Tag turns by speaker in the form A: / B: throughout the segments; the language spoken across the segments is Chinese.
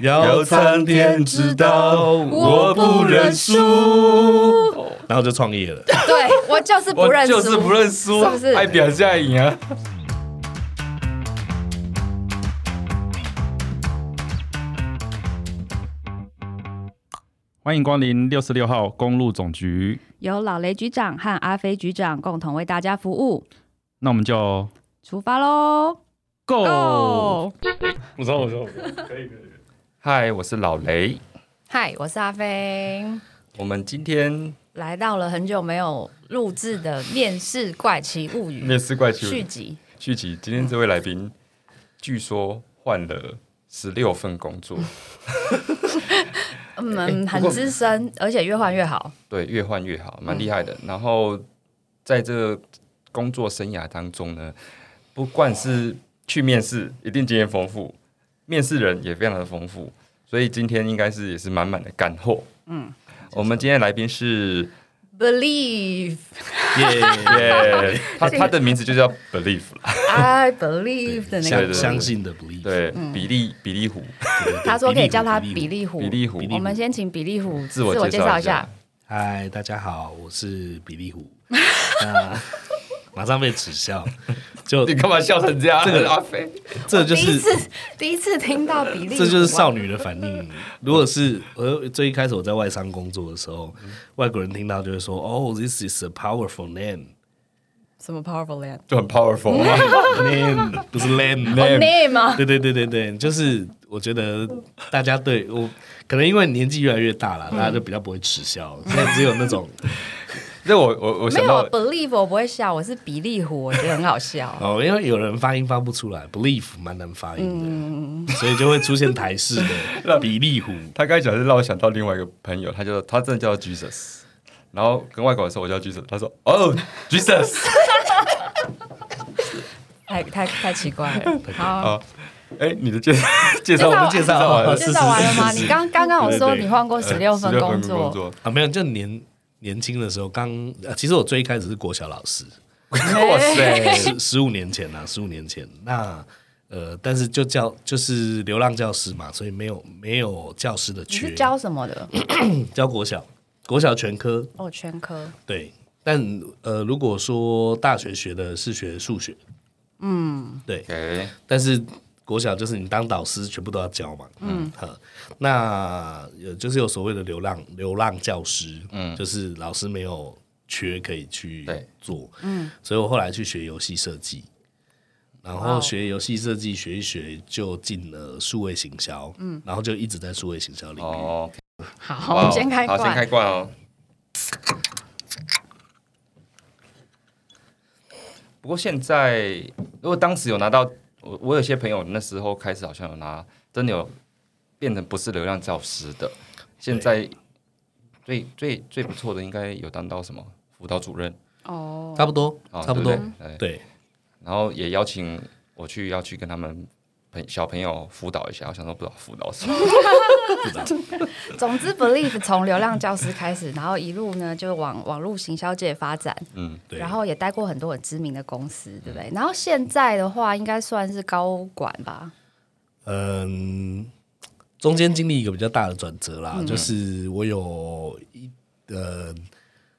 A: 要苍天知道我不认输，然后就创业了。
B: 对我就是不
C: 我
B: 认输，
C: 就是不认输，
B: 是不是
C: 爱表现爱赢啊！
D: 欢迎光临六十六号公路总局，
B: 由老雷局长和阿飞局长共同为大家服务。
D: 那我们就
B: 出发喽
D: Go！
C: 哦
B: ！Go！
A: 我说，我说，
C: 嗨，我是老雷，
B: 嗨，我是阿飞，
C: 我们今天
B: 来到了很久没有录制的《面试怪奇物语》
C: 面试怪
B: 续
C: 奇
B: 集。
C: 续集，今天这位来宾据说换了十六份工作，
B: 嗯，
C: 哎不
B: 很
C: 过
B: 资深，而且越换越好。
C: 对，越换越好，蛮厉害的。
A: 嗯
C: 然后在这个工作生涯当中呢，不管是去面试，一定经验丰富，面试人也非常的丰富，所以今天应该是也是满满的干货。嗯，我们今天来宾 是
B: Believe,
C: 耶，他他的名字就叫 Believe 啦，
B: I believe 的那
C: 对
B: 个
A: 相
C: 对
B: believe
A: 相信的 believe。
C: 对，比利比利虎，
A: 对，对
B: 他说可以叫他比。
A: 对
B: 利虎。
C: 比利虎，
B: 我们先请比利虎
C: 自我
B: 自我
C: 介
B: 介
C: 绍
B: 绍
C: 一
B: 一
C: 下
B: 下。
A: 嗨，大家好，我是比利 虎。那马上被耻笑，就
C: 你干嘛笑成这样？这 个阿飞，
A: 这就
B: 第一
A: 是
B: 次 第一次听到比利虎，啊
A: 这就是少女的反应。如果是我最一开始我在外商工作的时候，外国人听到就会说：“哦、t h i s is a powerful name
B: 什么 powerful land
C: 就很 powerful 啊
A: name，不是 name
C: Name
B: name 啊？
A: 对对对对对，就是我觉得大家对我可能因为年纪越来越大了，大家就比较不会耻笑，现在只有那种。
C: 这我我我
B: 没
C: 想
B: 有
C: 到
B: believe 我不会笑，我是比利虎，我觉得很好笑
A: 哦，因为有人发音发不出来，believe 蛮难发音的，所以就会出现台式的比利虎。
C: 他刚才讲是让我想到另外一个朋友，他就他真的叫 Jesus，然后跟外国人说我叫 Jesus，他说哦 Jesus
B: 太太太奇怪了。好，
C: 啊，哎，你 的介介
B: 介
C: 绍
B: 绍
C: 我
B: 完
C: 们介绍完
A: 呃
C: 了呃
A: 是
B: 介绍完了吗？
A: 是是
B: 你刚刚刚我说
A: 对对对
B: 你换过十六
C: 份
B: 份工
C: 工
B: 作，
C: 作，
A: 啊，没有，就年年轻的时候刚、呃其实我最一开始是国小老师，
C: 哇 塞，
A: 十十五年前啊，十五年前。那呃，但是就教就是流浪教师嘛，所以没有没有教师的
B: 你
A: 缺嗯
B: 是，教什么的？
A: 教国小，国小全科
B: 哦，全科。
A: 对。但呃，如果说大学学的是学数学，嗯，对，
C: OK，
A: 但是国小就是你当导师全部都要教嘛，嗯，好，那呃就是有所谓的流浪流浪教师，嗯，就是老师没有缺可以去
C: 对
A: 做，嗯，所以我后来去学游戏设计，然
B: 哇
A: 后
B: 哦
A: 学游戏设计学一学就进了数位行销，嗯，然后就一直在数位行销领域，
C: 哦，
B: 好，我们先开
C: 好，先开
B: 罐。
C: 罐哦。不过现在，如果当时有拿到，我我有些朋友那时候开始好像有拿，真的有变成不是流量教师的。现在最最最不错的，应该有当到什么辅导主任
B: 哦，
A: 差不多，
C: 啊，
A: 差不多
C: 对，不对。对
A: 对，
C: 然后也邀请我去要去跟他们朋小朋友辅导一下，我想说不知道辅导什么，
B: 总之，Believe 从流浪教师开始，然后一路呢就往网络行销界发展，
C: 嗯，
A: 对
B: 然后也待过很多很知名的公司，对不对？然后现在的话，应该算是高管吧？
A: 嗯，中间经历一个比较大的转折啦，就是我有一呃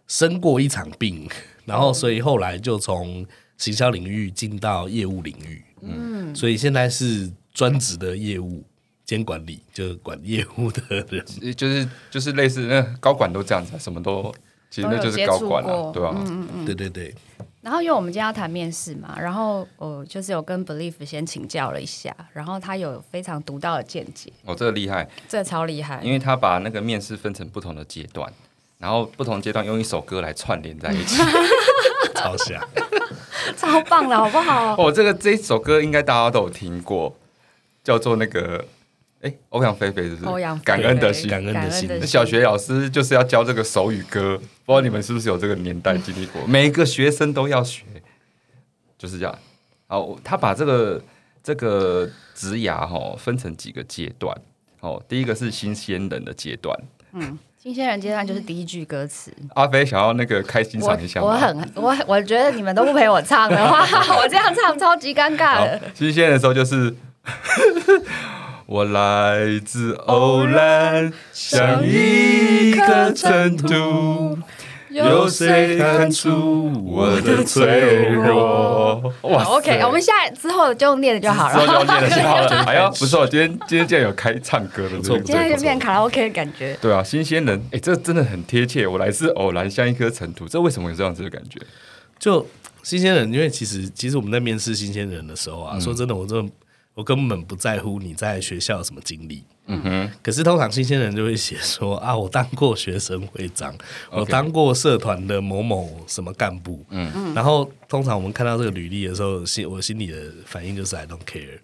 A: 生过一场病， 然后所以后来就从行销领域进到业务领域，嗯，所以现在是专职的业务兼管理，就是管业务的人。
C: 就是就是类似那高管都这样子，啊什么都其实那就是高管
B: 都有接触
C: 啊
B: 过，嗯
C: 对吧、
A: 对对对，
B: 然后因为我们今天要谈面试嘛，然后呃，就是有跟 Believe 先请教了一下，然后他有非常独到的见解，
C: 哦，这个厉害，
B: 这超厉害。
C: 因为他把那个面试分成不同的阶段，然后不同阶段用一首歌来串联在一 起。
A: 超像。
B: 超棒了，好 不好？
C: 哦，这个这一首歌应该大家都有听过，叫做那个哎，欧阳菲菲是不是？
B: 欧阳菲菲
C: 感恩的心
A: 感。恩的心
C: 那小学老师就是要教这个手语歌，不知道你们是不是有这个年代经历过？ 每一个学生都要学，就是这样。好，我他把这个这个职涯哈、分成几个阶段。哦，第一个是新鲜人的阶段，
B: 新鲜人阶段就是第一句歌词，
C: 阿飞想要那个开心
B: 我
C: 赏一下吗
B: 我很我我觉得你们都不陪我唱 的话，我这样唱超级尴尬
C: 好
B: 的。
C: 新鲜的时候就是 我来自偶然，像一颗尘土，有谁看出我的脆弱？哇
B: 好，OK，我们下之后就用念的就好
C: 之后就
B: 了。
C: 练得就好了。哎呀，不错，今天今天竟然有开唱歌的，这个
A: 不
B: 今
A: 错
B: 天就变卡拉 OK 的感觉，
C: 对啊，新鲜人，哎，这真的很贴切。我来自偶然，像一颗尘土，这为什么有这样子的感觉？
A: 就新鲜人，因为其实其实我们在面试新鲜人的时候啊，
C: 嗯
A: 说真的，我真的我根本不在乎你在学校有什么经历。
C: 嗯哼，
A: 可是通常新鲜人就会写说啊，我当过学生会长，我当过社团的某某什么干部。嗯嗯。然后通常我们看到这个履历的时候，心我心里的反应就是 I don't care。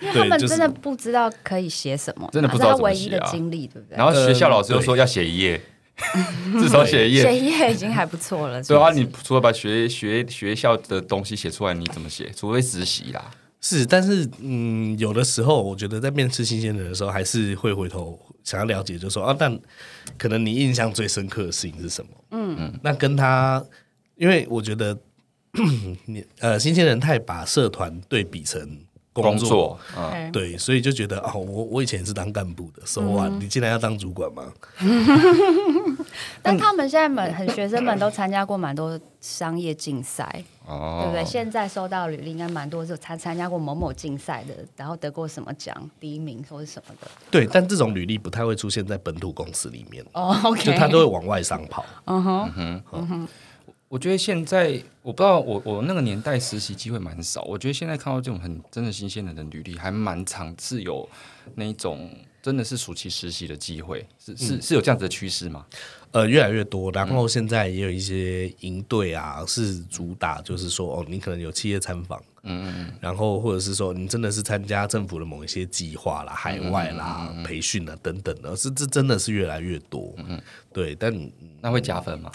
B: 因为
A: 对
B: 他们
A: 就是
B: 真的不知道可以写什么，
C: 真的不知
B: 这
C: 道怎
B: 是他
C: 么
B: 唯
C: 写啊
B: 一的经历，对不对
C: 然？后学校老师又说要写一页，
A: 呃
C: 至少写一页。
B: 写业已经还不错了，
C: 对啊，
B: 是不是
C: 你除了把学学学校的东西写出来，你怎么写？除非实习啦。
A: 是，但是嗯，有的时候我觉得在面试新鲜人的时候，还是会回头想要了解，就说啊，但可能你印象最深刻的事情是什么？嗯，那跟他，因为我觉得你呃，新鲜人太把社团对比成
C: 工
A: 工作，
C: 作啊，
B: OK
A: 对，所以就觉得哦，我我以前也是当干部的，说、so、哇、你竟然要当主管吗？
B: 但他们现在们很学生们都参加过蛮多商业竞赛，
C: 哦，
B: 对不对？现在收到履历应该蛮多是有参参加过某某竞赛的，然后得过什么奖，第一名或是什么的。
A: 对，但这种履历不太会出现在本土公司里面，
B: 哦
A: 就
B: ，OK，
A: 他都会往外上跑。
B: 嗯哼，
C: 我觉得现在我不知道我我那个年代实习机会蛮少，我觉得现在看到这种很真的新鲜人的履历，还蛮常是有那一种真的是暑期实习的机会，是是、是有这样子的趋势吗？
A: 呃，越来越多，然后现在也有一些营队啊，是主打就是说，哦，你可能有企业参访，嗯嗯，然后或者是说你真的是参加政府的某一些计划啦、海外啦、培训啊等等的，是这真的是越来越多，嗯，对，但
C: 那会加分吗？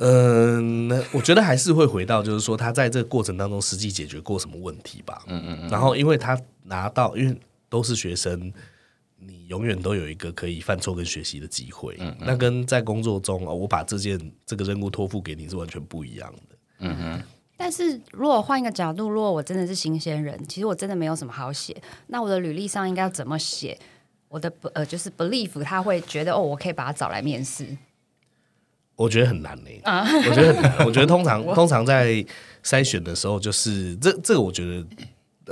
A: 嗯、那我觉得还是会回到就是说他在这个过程当中实际解决过什么问题吧，嗯嗯然后因为他拿到，因为都是学生，你永远都有一个可以犯错跟学习的机会。那跟在工作中、哦、我把这件这个任务托付给你是完全不一样的。
B: 但是如果换一个角度，如果我真的是新鲜人，其实我真的没有什么好写，那我的履历上应该要怎么写？我的不呃，就是 belief，他会觉得哦，我可以把他找来面试。
A: 我觉得很难呢、我觉得很难。我觉得通常通常在筛选的时候，就是这这个，我觉得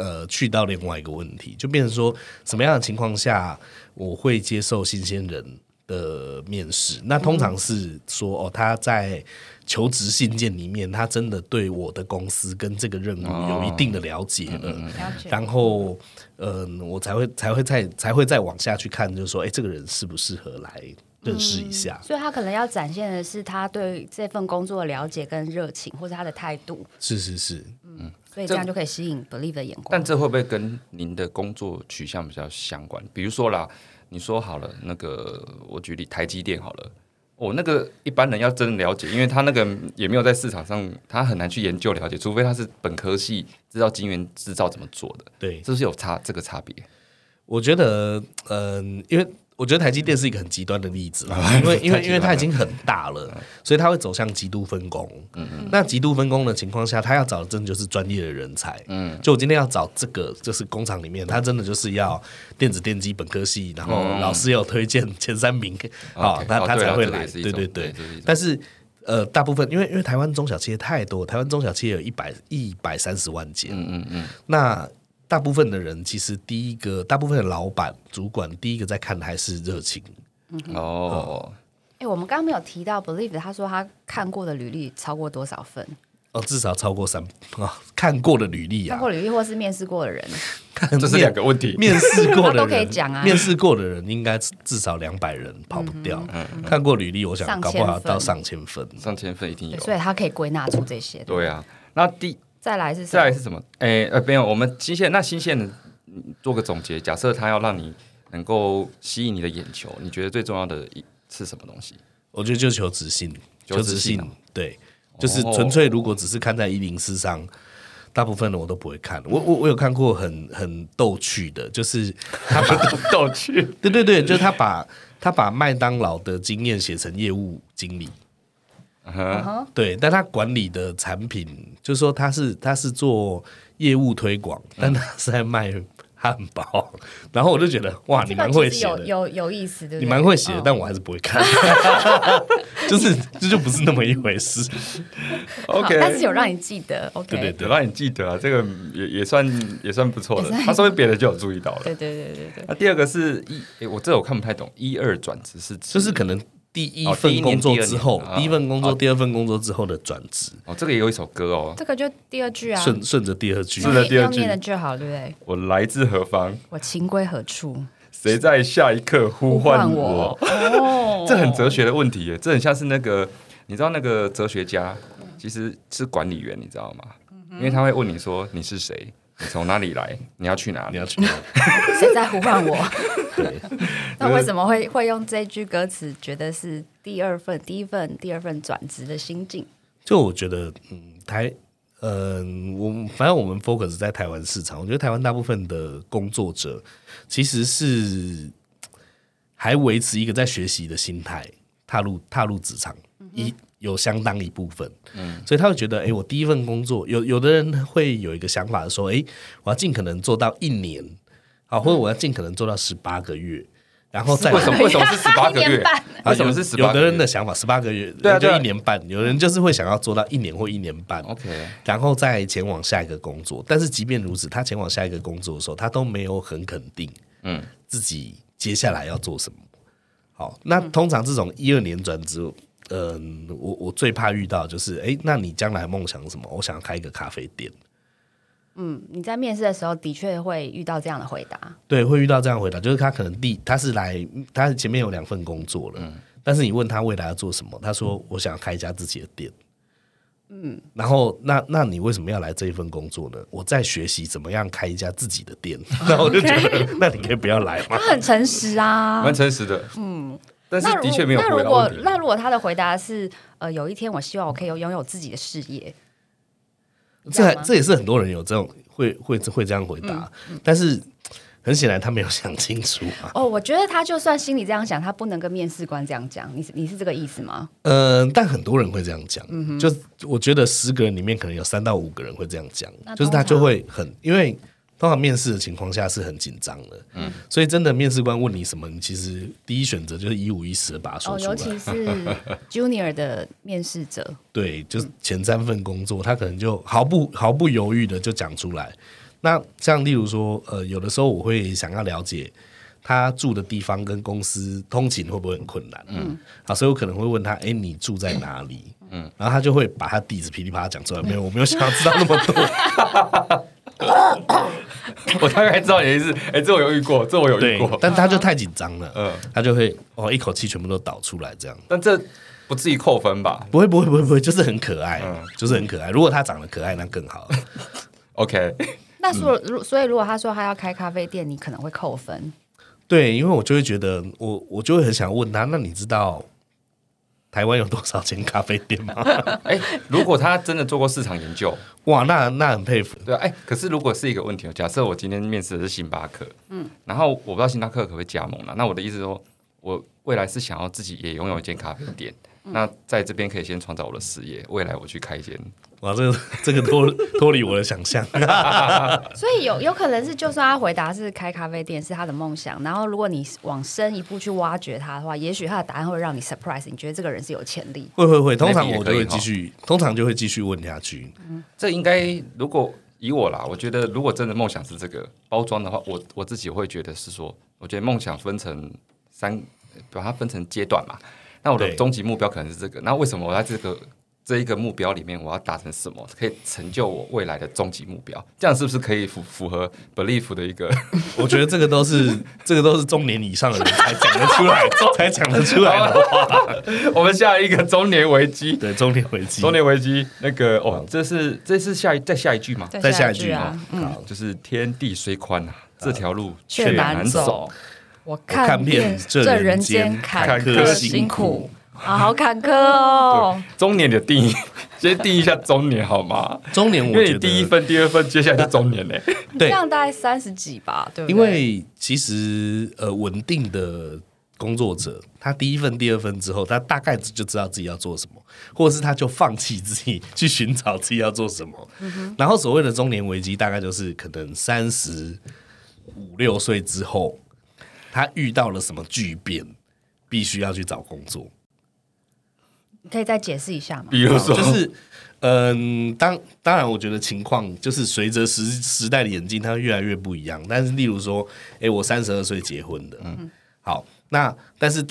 A: 呃，去到另外一个问题，就变成说什么样的情况下我会接受新鲜人的面试？那通常是说哦，他在求职信件里面，他真的对我的公司跟这个任务有一定的了解了。
B: 了解
A: 然后，嗯、我才会才会再才会再往下去看，就是说，哎，这个人适不适合来认识一下？
B: 所以他可能要展现的是他对这份工作的了解跟热情，或者他的态度，
A: 是是是，
B: 所以这样就可以吸引 believe 的眼光
C: 但。这会不会跟您的工作取向比较相关？比如说啦，你说好了，那个我举例台积电好了，我、那个一般人要真了解，因为他那个也没有在市场上，他很难去研究了解，除非他是本科系知道晶圆制造怎么做的，
A: 对，
C: 这是有差这个差别。
A: 我觉得，嗯、因为我觉得台积电是一个很极端的例 子啦，因为因为因为它已经很大了，所以它会走向极度分工。那极度分工的情况下，他要找的真的就是专业的人才。嗯，就我今天要找这个，就是工厂里面，他真的就是要电子电机本科系，然后老师有推荐前三名，好，
C: OK，
A: 他
C: 哦
A: 他
C: 对
A: 才
C: 啊
A: 会
C: 这个
A: 来。
C: 也是一
A: 对
C: 种
A: 对对
C: 对这是一种，
A: 但是。呃，大部分因为因为台湾中小企业太多，台湾中小企业有一百一百三十万间，
C: 嗯嗯嗯，
A: 那大部分的人其实第一个，大部分的老板、主管第一个在看的还是热情。
C: 哦，
B: 哎、我们刚刚没有提到 believe，他说他看过的履历超过多少份？
A: 哦，至少超过三啊，看过的履历
B: 看
A: 啊，
B: 过履历或是面试过的人，
A: 看
C: 这是
A: 面
C: 两个问题。
A: 面试过的
B: 那
A: 人
B: 都可以讲啊
A: 面试过的人应该至少两百人跑不掉。
B: 嗯
A: 看过履历，我想
B: 上
A: 搞
B: 千
A: 不好
B: 份
A: 到上千分。
C: 上千份一定有，
B: 所以他可以归纳出这些。
C: 对啊。那第
B: 再来是什
C: 再来
B: 么？
C: 是什么？诶、呃，没有，我们新鲜那新鲜人嗯做个总结，假设他要让你能够吸引你的眼球，你觉得最重要的一是什么东西？
A: 我觉得就求职性，
C: 求
A: 求
C: 职
A: 职
C: 性
A: 性
C: 啊，哦
A: 对，就是纯粹如果只是看在一零四上。大部分的我都不会看，我我我有看过很很逗趣的，就是他把
C: 逗趣，
A: 对对对，就是他把他把麦当劳的经验写成业务经理，
C: 嗯
B: 嗯
A: 对，但他管理的
C: 嗯
A: 产品，就是说他是他是做业务推广，但他是在卖汉堡， 然后我就觉得哇，你
B: 这个
A: 蛮
B: 其
A: 会
B: 实
A: 写
B: 有
A: 的，
B: 有有意思，对不对？
A: 你蛮会写的
B: 嗯，
A: 但我还是不会 看，就是这就不是那么一回事。
B: 嗯好但是
C: ，OK，
B: 有让你记得，OK，
A: 对对
C: 有让你记得啊，这个也也算也算不错的
B: 也，算
C: 他稍微别的就有注意到了。
B: 对对对对对
C: 那第二个是一，诶我这我看不太懂，一二转职是指
A: 就是可能第一
C: 哦第一
A: 份工
C: 年
A: 作
C: 第二
A: 之
C: 年
A: 后，
C: 啊
A: 第一份工作、
C: 哦
A: 第二份工作之后的转职，
C: 哦，这个也有一首歌哦，
B: 这个就第二句啊，
A: 顺顺着第二句
C: 是的第二
B: 要
C: 句
B: 念的就好，对不对？
C: 我来自何方，
B: 我情归何处，
C: 谁在下一刻呼
B: 呼
C: 唤
B: 唤
C: 我
B: 我？。哦
C: 这很哲学的问题耶，这很像是那个，你知道那个哲学家其实是管理员，你知道吗？
B: 嗯
C: 因为他会问你说你是谁，你从哪里 来，你要去哪
A: 你
C: 里
A: 要。 去哪里？
B: 谁在呼唤我？
A: 对，
B: 那为什么会会用这句歌词？觉得是第二份、第一份、第二份转职的心境。
A: 就我觉得，嗯，台，嗯、我们反正我们 focus 在台湾市场，我觉得台湾大部分的工作者其实是还维持一个在学习的心态，踏入踏入职场，
C: 嗯
A: 一有相当一部分，嗯，所以他会觉得，哎、我第一份工作，有有的人会有一个想法说，哎、我要尽可能做到一年，好，或者我要尽可能做到十八个月，然后再
C: 为什么为什么 是十八个
B: 一
C: 月
B: 年半？
A: 啊
C: 为什么
A: 有
C: 是十
A: 有
C: 八
A: 的
C: 个
A: 人的
C: 月
A: 想法，十八个月，
C: 对啊
A: 人就
C: 对啊哦
A: 一年半，有人就是会想要做到一年或一年半，
C: ？OK，
A: 然后再前往下一个工作。但是即便如此，他前往下一个工作的时候，他都没有很肯定
C: 嗯，
A: 自己接下来要做什么。好，那
C: 嗯
A: 通常这种一二年转职，嗯、我我最怕遇到就是，哎，那你将来梦想是什么？我想要开一个咖啡店。
B: 嗯，你在面试的时候的确会遇到这样的回答。
A: 对，会遇到这样的回答，就是他可能第他是来，他前面有两份工作了，但是你问他未来要做什么，他说我想要开一家自己的店。嗯，然后那那你为什么要来这一份工作呢？我在学习怎么样开一家自己的店， 那我就觉得，那你可以不要来 嘛。
B: 他很诚实啊，
C: 蛮诚实的，嗯，但是
B: 那如
C: 的确没有
B: 那
C: 回
B: 如
C: 答
B: 果
C: 问题。啊
B: 那如果他的回答是呃，有一天我希望我可以拥有自己的事业，
A: 这
B: 这
A: 还
B: 样吗
A: 这也是很多人有这种会会会这样回答，但是很显然他没有想清楚啊嘛。
B: 哦，我觉得他就算心里这样想，他不能跟面试官这样讲。你是你是这个意思吗？
A: 嗯、但很多人会这样讲，
B: 嗯
A: 就我觉得十个人里面可能有三到五个人会这样讲
B: 那，
A: 就
B: 通常
A: 是他就会很，因为通常面试的情况下是很紧张的，嗯，所以真的面试官问你什么，你其实第一选择就是一五一十的把它说
B: 哦，
A: 出
B: 尤
A: 来，
B: 其 是 junior 的面试者，
A: 对，就是前三份工作，他可能就毫不毫不犹豫的就讲出来。那像例如说，呃，有的时候我会想要了解他住的地方跟公司通勤会不会很困难，嗯，啊，所以我可能会问他，哎、你住在哪里？嗯，然后他就会把他地址噼里啪啦讲出来，没有，我没有想要知道那么多，
C: 我大概知道你的意思，哎，这我有遇过，这我有遇
A: 对
C: 过，，
A: 但他就太紧张了，
C: 嗯，
A: 他就会哦一口气全部都导出来这样。
C: 但这不至于扣分吧
A: 不会不会不会不会，就是很可爱，
C: 嗯
A: 就是很可爱。如果他长得可爱，那更好。
C: ？OK，
B: 那所
C: 嗯
B: 以如所以如果他说他要开咖啡店，你可能会扣分。
A: 对，因为我就会觉得，我我就会很想问他，那你知道台湾有多少间咖啡店吗？
C: 哎，如果他真的做过市场研究，
A: 哇，那那很佩服。
C: 对啊，哎、可是如果是一个问题哦，假设我今天面试的是星巴克，嗯，然后我不知道星巴克可不可以加盟了、那我的意思是说，我未来是想要自己也拥有一间咖啡店，那在这边可以先创造我的事业，未来我去开一间，
A: 哇，这个这个脱脱离我的想象。
B: 所以 有有可能是，就算他回答是开咖啡店是他的梦想，然后如果你往深一步去挖掘他的话，也许他的答案会让你 surprise，你觉得这个人是有潜力。
A: 会会会，通
C: Maybe
A: 常
C: 也
A: 我
C: 可
A: 就
C: 以
A: 会
C: 哈
A: 继续，通常就会继续问下去。
C: 这应该如果以我啦，我觉得如果真的梦想是这个包装的话，我我自己会觉得是说，我觉得梦想分成三，把它分成阶段嘛。那我的
A: 对
C: 终极目标可能是这个，那为什么我在这个这一个目标里面，我要达成什么，可以成就我未来的终极目标？这样是不是可以符符合 belief 的一个？
A: 我觉得这个都是这个都是中年以上的人才讲得出 来，才讲得出来
C: 啊
A: 的话。
C: 我们下一个中年危机，
A: 对，中年危机
C: 中。年危机，那个哦，这是这是下一再下一句吗？哦
A: 再下一句哦
B: 句
A: 哈
B: 啊，，
A: 好，
C: 就是天地虽宽啊，这条路
B: 却难
C: 走。
B: 走。我
A: 看
B: 看
A: 遍
B: 遍
A: 这
B: 这
A: 人
B: 人
A: 间
B: 间
A: 坎
B: 坎
A: 坷
B: 坷
A: 辛
B: 辛
A: 苦
B: 苦啊，好坎坷哦。
C: 中年的定义， 先定义一下中年好吗？
A: 中年
C: 因
A: 我
C: 为
A: 觉
C: 你
A: 得
C: 第一份、第二份，接下来是中年 嘞。
A: 对
B: 这样大概三十几吧，对不对？
A: 因为其实呃，稳定的工作者，他第一份、第二份之后，他大概就知道自己要做什么，或者是他就放弃自己去寻找
B: 嗯
A: 自己要做什么。然后所谓的中年危机，大概就是可能三十五六岁之后，他遇到了什么巨变，必须要去找工作。
B: 你可以再解释一下吗？
C: 比如说，
A: 啊就是，嗯，当当然，我觉得情况就是随着时时代的演进，它会越来越不一样。但是，例如说，哎、我三十二岁结婚的，嗯，好，那但是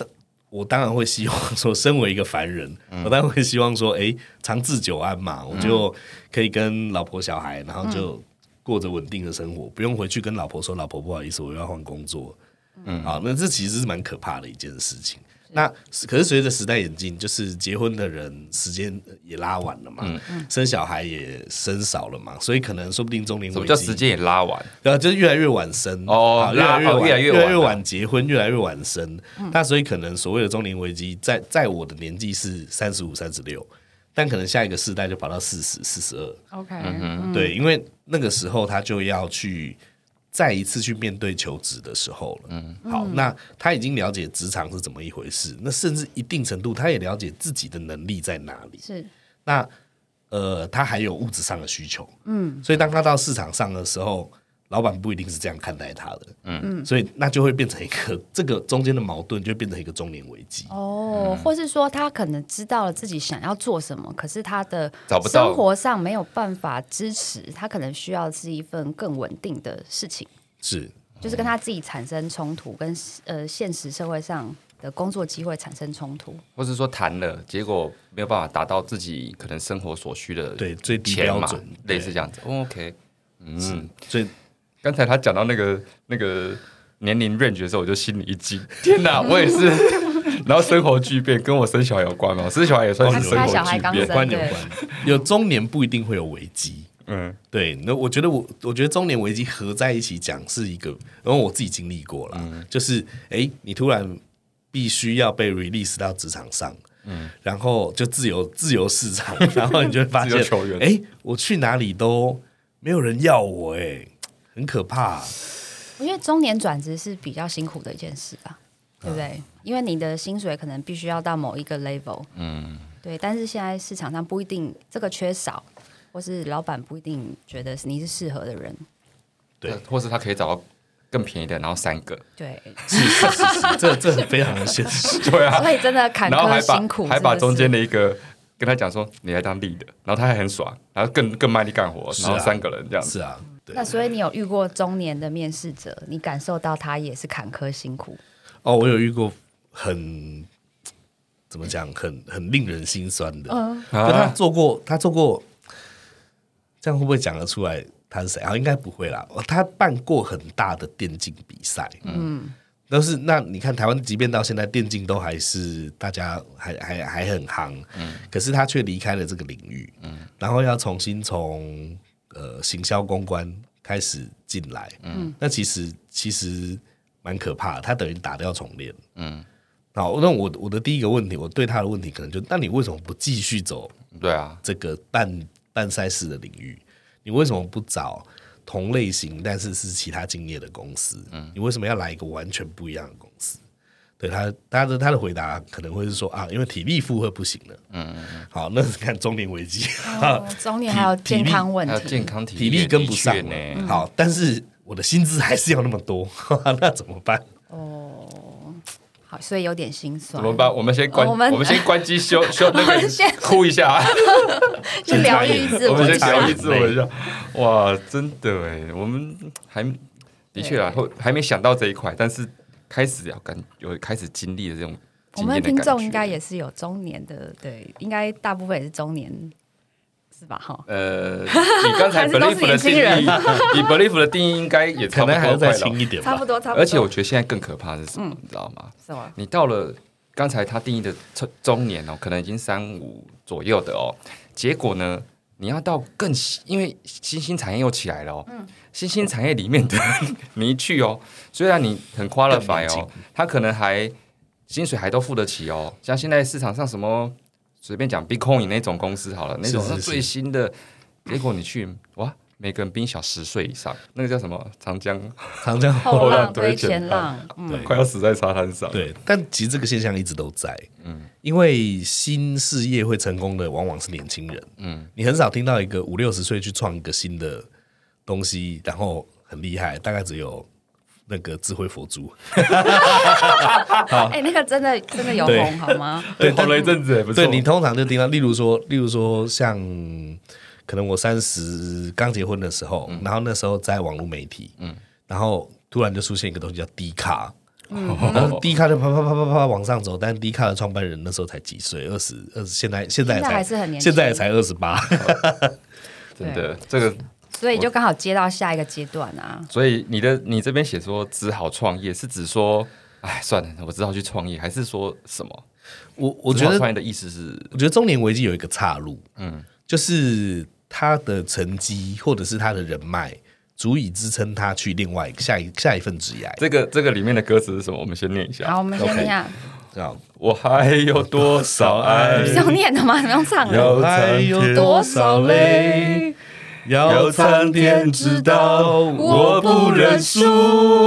A: 我当然会希望说，身为一个凡人，我当然会希望说，哎、长治久安嘛，我就可以跟老婆小孩，然后就过着稳定的生活，不用回去跟老婆说，老婆不好意思，我又要换工作。嗯，好，那这其实是蛮可怕的一件事情。那可是随着时代演进，就是结婚的人时间也拉晚了嘛，
C: 嗯
A: 生小孩也生少了嘛，所以可能说不定中年
C: 什么
A: 危
C: 叫
A: 机
C: 时间也拉完？
A: 对啊，就是越来越晚生
C: 哦
A: 好越
C: 拉
A: 来越
C: 哦
A: 晚，
C: 越来越
A: 越
C: 晚了
A: 晚结婚，越来越晚生。那所以可能所谓的中年危机，在在我的年纪是三十五、三十六，但可能下一个世代就跑到四十、四十二。
B: OK，
C: 嗯
A: 对，因为那个时候他就要去再一次去面对求职的时候了。嗯，好，那他已经了解职场是怎么一回事，那甚至一定程度他也了解自己的能力在哪里。
B: 是
A: 那呃，他还有物质上的需求，嗯，所以当他到市场上的时候，老板不一定是这样看待他的，嗯，所以那就会变成一个这个中间的矛盾，就变成一个中年危机。
B: 哦，或是说他可能知道了自己想要做什么，可是他的
C: 找不到
B: 生活上没有办法支持，他可能需要是一份更稳定的事情，
A: 是，
B: 就是跟他自己产生冲突，跟呃现实社会上的工作机会产生冲突。
C: 或是说谈了，结果没有办法达到自己可能生活所需的
A: 对最低
C: 钱嘛
A: 标准，对
C: 类似这样子。哦 OK，嗯，
A: 所以
C: 刚才他讲到那个那个年龄 range 的时候，我就心里一 惊，天哪，我也是。 然后生活巨变跟我生小孩有关嘛，生小孩也算
A: 他
C: 是生
A: 他
C: 活
B: 小孩刚
C: 巨
A: 有
B: 生
C: 变，
A: 关有
B: 对
A: 关，有中年不一定会有危机。
C: 嗯，
A: 对，那我觉得我我觉得中年危机合在一起讲是一个，然后我自己经历过了，
C: 嗯
A: 就是哎、诶你突然必须要被 release 到职场上，嗯，然后就自由自由市场，然后你就会发
C: 自
A: 现
C: 由球员，
A: 哎、我去哪里都没有人要我、诶很可怕、啊
B: 我觉得中年转职是比较辛苦的一件事啊，对不对？
C: 嗯
B: 因为你的薪水可能必须要到某一个 level，嗯，对。但是现在市场上不一定这个缺少，或是老板不一定觉得你是适合的人，
A: 对
C: 或是他可以找到更便宜的，然后三个，
B: 对。
A: 是是是是，这这很非常的现实，
C: 对啊，
B: 所以真的坎
C: 然后还
B: 坷
C: 把
B: 辛苦，
C: 还把
B: 真
C: 中
B: 是
C: 间的一个跟他讲说你来当 lead，的然后他还很爽，然后更
B: 嗯
C: 更卖力干活，
A: 是啊
C: 然后三个人这样子，
A: 是啊，对
B: 那。所以你有遇过中年的面试者，你感受到他也是坎坷辛苦，
A: 哦，我有遇过很怎么讲，很很令人心酸的。就他做过，他做过，这样会不会讲得出来他是谁啊？应该不会啦。哦他办过很大的电竞比赛，嗯，但是那你看台湾，即便到现在电竞都还是大家还还还很夯，嗯，可是他却离开了这个领域，嗯，然后要重新从呃行销公关开始进来，嗯，那其实其实蛮可怕的，他等于打掉重练，嗯。好，那我我的第一个问题，我对他的问题可能就，那你为什么不继续走
C: 对啊，
A: 这个办办赛事的领域，你为什么不找同类型但是是其他敬业的公司？你为什么要来一个完全不一样的公司？对他，他的他的回答可能会是说啊，因为体力负荷不行了。嗯好，那 是看中年危机，
B: 中年
A: 体
B: 还有
A: 体力
B: 健康问
C: 还有
B: 题，嗯
C: 健康哦体
A: 体力跟不上
C: 的确
A: 了
C: 呢，
A: 好，但是我的薪资还是要那么多， 那怎么办？
B: 哦好，所以有点心酸
C: 怎。么办？我们先关，
B: 我
C: 我
B: 们
C: 们先关机 修修那
B: 我们先
C: 个哭一下啊，
B: 就疗愈自
C: 我
B: 我
C: 们先
B: 一下
C: 疗愈自我一下。哇，真的哎，我们还的确啊，会还没想到这一块，但是开始要感有开始经历的这种
B: 我
C: 经
B: 们
C: 验的感觉。
B: 的听众应该也是有中年的，对，应该大部分也是中年，是吧？哈，
C: 呃，你刚才
B: 还是都是
C: belief 的
B: 年
C: 定
B: 轻
C: 义，
B: 人
C: 你 belief 的定义应该也差
A: 可
C: 不
A: 能还要
C: 多
A: 再
C: 快了
A: 轻。一点
B: 差
A: 吧
B: 不。多，差不多。
C: 而且我觉得现在更可怕的是什
B: 嗯
C: 么，你知道吗？
B: 什么？
C: 你到了刚才他定义的中中年哦，可能已经三五左右的哦，结果呢，你要到更新因为新兴产业又起来了哦，新兴产业里面的 你一去哦，虽然你很 qualify
A: 更年轻
C: 哦，他可能还薪水还都付得起哦，像现在市场上什么随便讲 Bitcoin 那种公司好了，那种
A: 是是
C: 是最新的，结果你去哇。每个人比你小十岁以上，那个叫什么长江，
A: 长江
B: 后浪
C: 浪
B: 推
C: 推
B: 前
C: 前
B: 浪，嗯，
A: 对
C: 快要死在沙滩上。
A: 对，但其实这个现象一直都在，嗯，因为新事业会成功的往往是年轻人，嗯，你很少听到一个五六十岁去创一个新的东西，然后很厉害，大概只有那个智慧佛珠，
C: 啊
B: 哎、那个真的真的有
A: 对
B: 红好吗？
A: 对
C: 红了一阵子，不错。
A: 对你通常就听到，例如说，例如说像可能我三十刚结婚的时候，然后那时候在网络媒体，嗯，然后突然就出现一个东西叫低卡，
B: 哦
C: 嗯
A: 然后低卡就啪啪啪啪啪往上走，但低卡的创办人那时候才几岁，二十二十，现在现在也
B: 现在
A: 才
B: 还是很年轻
A: 现在也才二十 八，
C: 真的这个，
B: 所以就刚好接到下一个阶段 啊。
C: 所以你的你这边写说只好创业，是指说，哎，算了，我只好去创业，还是说什么？
A: 我我
C: 只
A: 觉
C: 好
A: 得
C: 创业的意思是，
A: 我觉得中年危机有一个岔路，嗯，就是他的成绩或者是他的人脉，足以支撑他去另外下一下一份职业。
C: 这个这个里面的歌词是什么？我们先念一下。
B: 好，我们先听一下，
A: 这样
C: 我还有多少爱
B: 你？是用念的吗？你们用唱的？
A: 哦
C: 有还有
B: 多少泪？
A: 要
C: 苍天知道我不认输。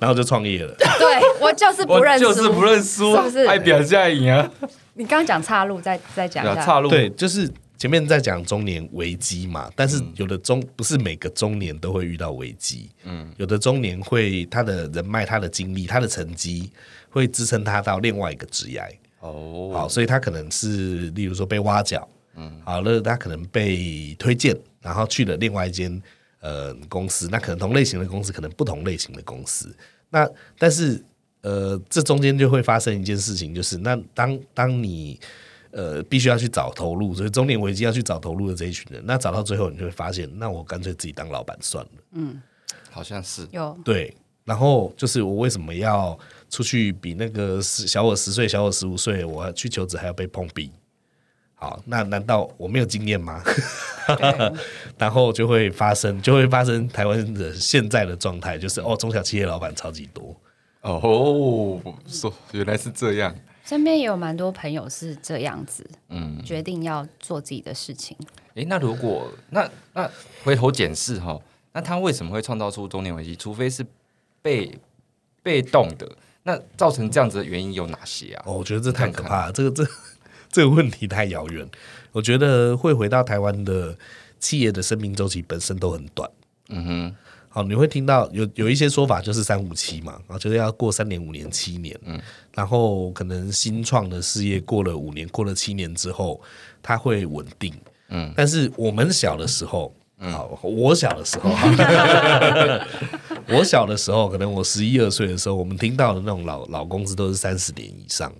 A: 然后就创业了。
B: 对我就是不
C: 我
B: 认输，
C: 就是不认输，
B: 是不是
C: 爱表现赢啊！
B: 你刚刚讲岔路，再再讲一
C: 啊
B: 下。
C: 岔路，
A: 对，就是前面在讲中年危机嘛，但是有的中不是每个中年都会遇到危机，嗯，有的中年会他的人脉、他的经历、他的成绩会支撑他到另外一个职业。好，
C: 哦，
A: 所以他可能是例如说被挖角，嗯，好了，他可能被推荐，然后去了另外一间呃公司，那可能同类型的公司，可能不同类型的公司，那但是呃，这中间就会发生一件事情，就是那当当你呃必须要去找投入，所以中年危机要去找投入的这一群人，那找到最后，你就会发现，那我干脆自己当老板算了。
C: 好像是
B: 有
A: 对，然后就是我为什么要出去比那个十小我十岁、小我十五岁，我去求职还要被碰壁？好，那难道我没有经验吗？
B: 对
A: 然后就会发生，就会发生台湾的现在的状态，就是哦，中小企业老板超级多，
C: 哦，说原来是这样，
B: 身边也有蛮多朋友是这样子，
C: 嗯，
B: 决定要做自己的事情。
C: 诶，那如果那那回头检视哈，那他为什么会创造出中年危机？除非是被被动的，那造成这样子的原因有哪些啊？
A: 哦，我觉得这太可怕了，这个这这个问题太遥远。我觉得会回到台湾的企业的生命周期本身都很短。
C: 嗯哼，
A: 好，你会听到有有一些说法就是三五七嘛，啊，就是要过三年、五年、七年，嗯，然后可能新创的事业过了五年、过了七年之后，它会稳定，嗯，但是我们小的时候，好，我小的时候， 我小的时候，可能我十一二岁的时候，我们听到的那种老老公司都是三十年以上，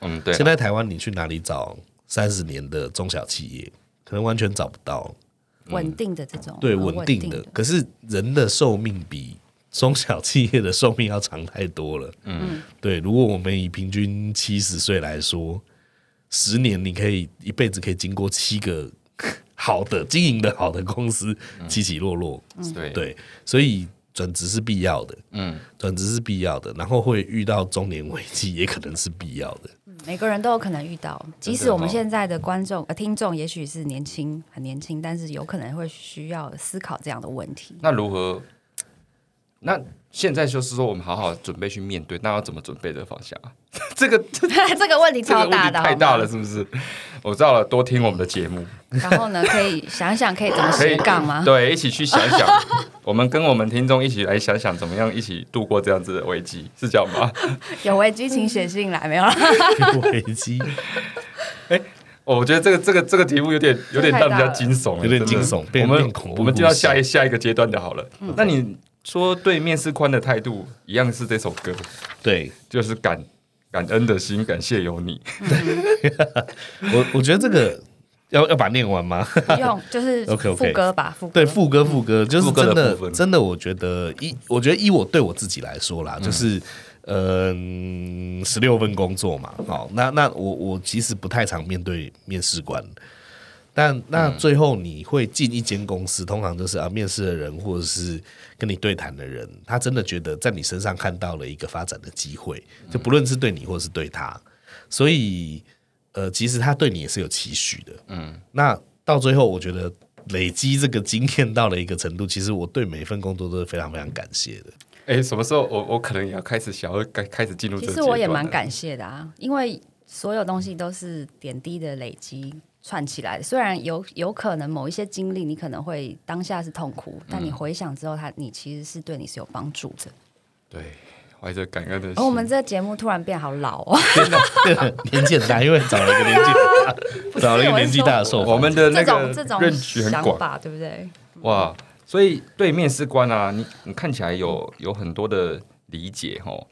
C: 嗯，对
A: 现，在台湾你去哪里找三十年的中小企业，可能完全找不到，
C: 嗯
B: 稳定的这种，
A: 对，
B: 很
A: 稳定的。可是人的寿命比中小企业的寿命要长太多了。嗯，对。如果我们以平均七十岁来说，十年你可以一辈子可以经过七个好的经营的好的公司起起落落。
C: 嗯对，
A: 对，所以转职是必要的，
C: 嗯，
A: 转职是必要的。然后会遇到中年危机，也可能是必要 的。
B: 每个人都有可能遇到，即使
C: 哦
B: 我们现在的观众、呃、听众，也许是年轻很年轻，但是有可能会需要思考这样的问 题。
C: 那如何？那现在就是说，我们好好准备去面对，那要怎么准备这个方向啊？这个这
B: 这个问题
C: 这
B: 超
C: 个问
B: 大
C: 题
B: 的，
C: 太
B: 好吗
C: 大了，。是不是？我知道了，多听我们的节目，
B: 然后呢，可以想一想可以怎 么
C: 可以
B: 斜杠吗？
C: 对，一起去想想，我们跟我们听众一起来想想，怎么样一起度过这样子的危机，是这样吗？
B: 有危机请写信来，没有啦。
A: 危机
C: 哦我觉得这个这个这个题目有点有点让人家惊悚，欸
A: 有点
C: 真的
A: 惊悚
C: 我
A: 变
C: 们
A: 变恐怖
C: 我们就要下
A: 故
C: 一下一个阶段的好了。
B: 嗯
C: 那你说对面试官的态度一样是这首歌，
A: 对。
C: 就是感感恩的心，感谢有你。
A: 我我觉得这个要要把它念完吗？
B: 不用，就是
A: OK，OK
B: 副歌吧，副歌。
A: 对，副歌副歌就是
C: 嗯副歌的
A: 真的
C: 部分
A: 真的，我觉得一，我觉得依我对我自己来说啦，就是嗯，十、六份工作嘛，好，那那我我其实不太常面对面试官。但那
C: 嗯
A: 最后你会进一间公司，通常就是啊，面试的人或者是跟你对谈的人，他真的觉得在你身上看到了一个发展的机会，就不论是对你或是对他，所以呃，其实他对你也是有期许的，嗯，那到最后，我觉得累积这个经验到了一个程度，其实我对每一份工作都是非常非常感谢 的。
C: 哎，什么时候我我可能也要开始想要开开始进入这
B: 其
C: 个阶
B: 实
C: 段了？
B: 我也蛮感谢的啊，因为所有东西都是点滴的累积串起来的。虽然有有可能某一些经
C: 嗯
B: 历，你可能会当下是痛苦，但你回想之后它，你其实是对你是有帮助的。
C: 对，怀着感恩的
B: 而、
C: 心，
B: 哦我们这个节目突然变好老哦，
A: 年纪很大，因为找了一个年纪找了一个年纪大的受
C: 我
A: 访
C: 们呃的 那
B: 这种
C: 个
B: 这种
C: 认知很
B: 想
C: 广，
B: 法对不对？
C: 哇，所以对面试官啊，你你看起来有有很多的理解哦。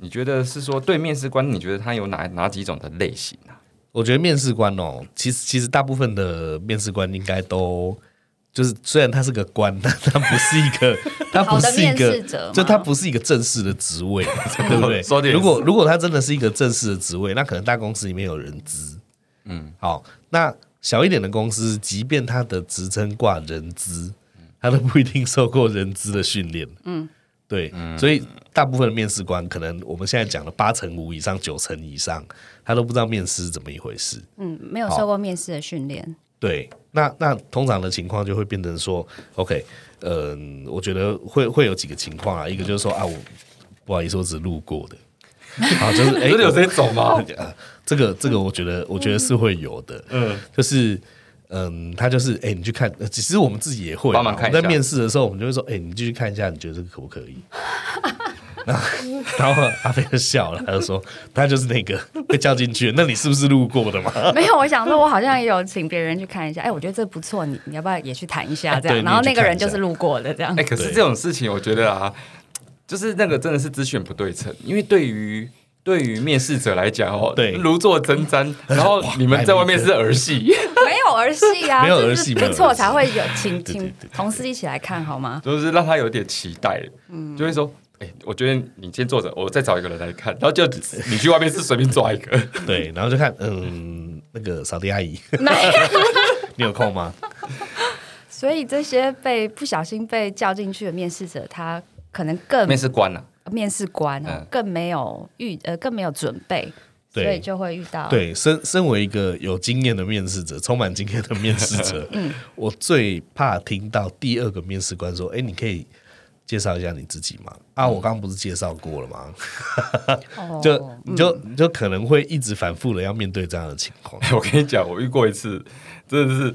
C: 你觉得是说对面试官，你觉得他有哪哪几种的类型啊？
A: 我觉得面试官哦，其实其实大部分的面试官应该都就是，虽然他是个官，但他不是一 个，他不是一
B: 好的面试者
A: 个
B: 吗，
A: 就他不是一个正式的职 位，对不对？
C: 说得也是
A: 如果如果他真的是一个正式的职位，那可能大公司里面有人资，嗯，好，那小一点的公司，即便他的职称挂人资，他都不一定受过人资的训练，嗯，对，所以大部分的面试官，可能我们现在讲的八成五以上、九成以上，他都不知道面试是怎么一回事，
B: 嗯，没有受过面试的训练，
A: 对，那那通常的情况就会变成说，OK，嗯、我觉得会会有几个情况啊，一个就是说啊，我不好意思，我只是路过的，啊，就是哎，
C: 真的有谁 走吗？
A: 呃这个这个，我觉得我觉得是会有的，嗯，就是。嗯，他就是哎、你去看，呃其实我们自己也会啊，
C: 帮忙看一下
A: 我们在面试的时候，我们就会说，哎、你继续看一下，你觉得这个可不可以？ 然后，然后阿飞就笑了，他就说，他就是那个被叫进去的，那你是不是路过的嘛？
B: 没有。我想说，我好像也有请别人去看一下，哎，我觉得这不错，你你要不要也去谈一
C: 啊
B: 下这
A: 对
B: 样？
A: 你
B: 然后
A: 也去
B: 那个人
A: 看一下
B: 就是路过的这样
C: 哎、。可是
A: 对
C: 这种事情，我觉得啊，就是那个真的是资讯不对称，因为对于对于面试者来讲哦，
A: 对
C: 如坐针 毡，然后你们在外面是儿戏，
B: 没有儿戏啊，
A: 没有
B: 就
A: 儿
B: 是
A: 戏没有
B: 不
A: 儿戏
B: 错才会有请
A: 对对对
B: 请
A: 对
B: 同事一起来看好 吗？
C: 就是让他有点期待，就会说。哎、我觉得你先坐着，我再找一个人来看，然后就你去外面是随便抓一个，
A: 对，然后就看，嗯，那个扫地阿姨，
B: 没有，
A: 你有空吗？
B: 所以这些被不小心被叫进去的面试者，他可能更
C: 面试官啊，
B: 面试官哦
C: 嗯
B: 更没有预呃更没有准备，所
A: 对
B: 以就会遇到
A: 对，身身为一个有经验的面试者，充满经验的面试 者，我最怕听到第二个面试官说：“哎，你可以介绍一下你自己吗？”啊，我刚刚不是介绍过了吗？
B: 哦
A: 就你就你就可能会一直反复的要面对这样的情况。
C: 我跟你讲，我遇过一次，真的是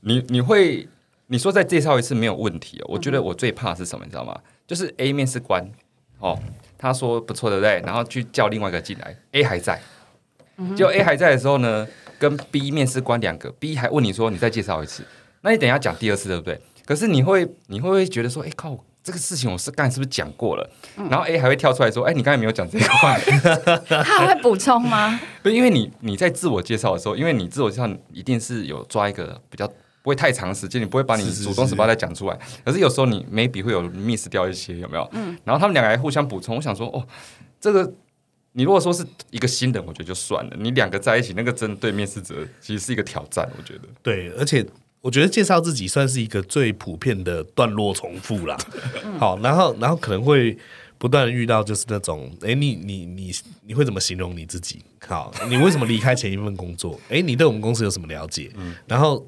C: 你你会你说再介绍一次没有问题、哦。我觉得我最怕是什么，你知道吗？就是 A 面试官哦，他说不错，对不对？然后去叫另外一个进来，A 还在，就 A 还在的时候呢，跟 B 面试官两个，B 还问你说你再介绍一次，那你等一下讲第二次，对不对？可是你会你会不会觉得说，哎、靠，这个事情我是刚才是不是讲过了？然后 A 还会跳出来说，哎、你刚才没有讲这一块。
B: 他还会补充吗？
C: 不是因为你你在自我介绍的时候，因为你自我介绍一定是有抓一个比较不会太长时间，你不会把你
A: 是是
C: 主动什么再讲出来。可是有时候你 maybe 会有 miss 掉一些，有没有？嗯。然后他们两个还互相补充，我想说，哦，这个你如果说是一个新人，我觉得就算了。你两个在一起，那个真的对面试者其实是一个挑战，我觉得。
A: 对，而且我觉得介绍自己算是一个最普遍的段落重复啦。好，然后然后可能会不断地遇到就是那种，哎，你你你你会怎么形容你自己？好，你为什么离开前一份工作？哎，你对我们公司有什么了解？然后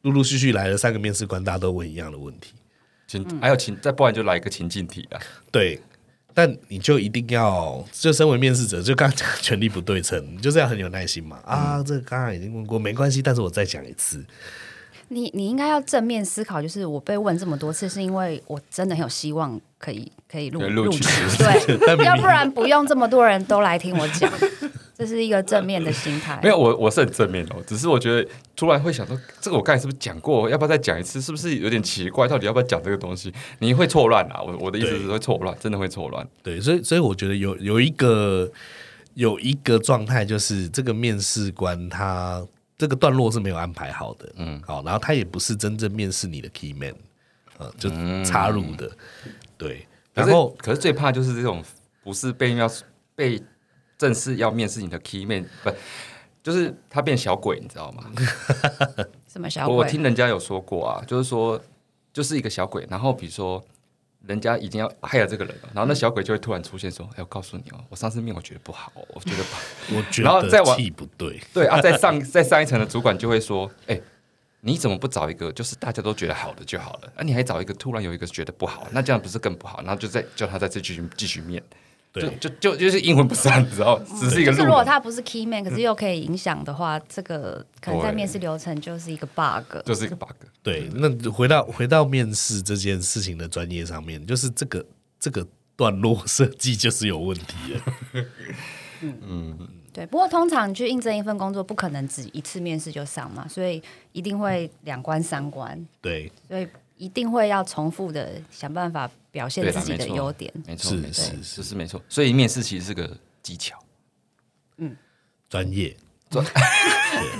A: 陆陆续续来了三个面试官，大家都问一样的问题。
C: 情、还有情，再不然就来一个情境题啊。
A: 对，但你就一定要，就身为面试者，就刚刚讲权力不对称，你就是要很有耐心嘛。啊，这个刚刚已经问过，没关系，但是我再讲一次。
B: 你你应该要正面思考，就是我被问这么多次，是因为我真的很有希望可以可以录
C: 可以录
B: 录
C: 取
B: 取，
A: 但明
B: 对，
A: 明
B: 要不然不用这么多人都来听我讲，这是一个正面的心态。
C: 没有，我我是很正面的哦，只是我觉得突然会想说，这个我刚才是不是讲过？要不要再讲一次？是不是有点奇怪？到底要不要讲这个东西？你会错乱啊！我我的意思是
A: 对
C: 会错乱，真的会错乱。
A: 对，所以所以我觉得有有一个有一个状态，就是这个面试官他这个段落是没有安排好的，嗯，好，然后他也不是真正面试你的 key man，呃，就插入的，对，
C: 嗯可
A: 然
C: 是
A: 后
C: 可是最怕就是这种不是被要被正式要面试你的 key man 不。就是他变小鬼，你知道吗？
B: 什么小
C: 我我
B: 鬼？
C: 听人家有说过啊，就是说就是一个小鬼，然后比如说人家已经要害了这个人了，然后那小鬼就会突然出现说：“哎、我告诉你哦，我上次面我觉得不好哦，我觉得不好。”
A: 我觉
C: 然后再
A: 得
C: 往
A: 气不对，
C: 对啊，在上在上一层的主管就会说，哎、你怎么不找一个就是大家都觉得好的就好了？啊，你还找一个突然有一个觉得不好，那这样不是更不好？然后就再叫他再继续继续面，就
A: 对
C: 就就就是英文不善，你知道，只是一个
B: 就是
C: 路
B: 如果
C: 人。
B: 他不是 key
A: 嗯
B: man，可是又可以影响的话，这个可能在
C: 对
B: 面试流程就是一个 bug。
C: 就是一个 bug，嗯
A: 对。那回到回到面试这件事情的专业上面，就是这个这个段落设计就是有问题了。
B: 对，不过通常去应征一份工作，不可能只一次面试就上嘛，所以一定会两关三关，
A: 对，
B: 所以一定会要重复的想办法表现
C: 对啦
B: 自己的优点。
C: 没错，
A: 是
C: 没错，
A: 是
C: 没错
A: 是
C: 这是没错。所以面试其实是个技巧，
A: 专业，
C: 专
A: 对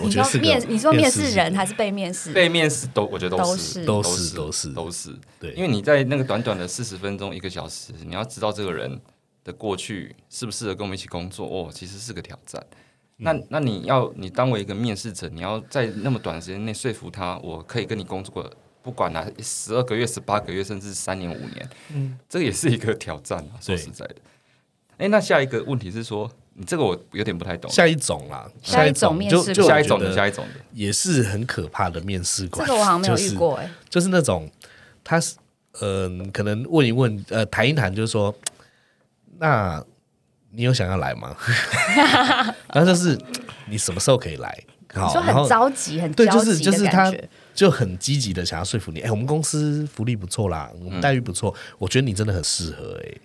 A: 我
B: 你
A: 觉得
B: 说
A: 是个
B: 面，你说面试
A: 是
B: 人还是被面试？
C: 被面试都我觉得
B: 都
C: 是
B: 是
A: 都
C: 是
A: 是都是
C: 都是，
A: 对
C: 因为你在那个短短的四十分钟一个小时，你要知道这个人的过去适不适合跟我们一起工作，哦，其实是个挑战。那
A: 嗯
C: 那你要你当为一个面试者，你要在那么短的时间内说服他，我可以跟你工作，不管哪十二个月、十八个月，甚至三年、五年，嗯，这个也是一个挑战啊。说
A: 对
C: 实在的，哎，那下一个问题是说，你这个我有点不太懂，
A: 下一种啦，
B: 下
A: 一
B: 一种
A: 种
B: 面
A: 就
B: 试
A: 就
B: 官
C: 下
A: 我
C: 一
A: 觉
C: 种的
A: 得
C: 下一种的，
A: 也是很可怕的面试
B: 这
A: 官，
B: 个我好像没有
A: 就
B: 遇
A: 是
B: 过哎、
A: 就是那种他是嗯、可能问一问，呃，谈一谈，就是说，那你有想要来 吗？然后就是你什么时候可以来？
B: 你
A: 好，
B: 说
A: 然后
B: 很着急，很
A: 对
B: 焦
A: 就是
B: 急
A: 就
B: 的
A: 是
B: 感
A: 他
B: 觉
A: 就很积极的想要说服你，哎、我们公司福利不错啦，我们待遇不错，我觉得你真的很适合、哎，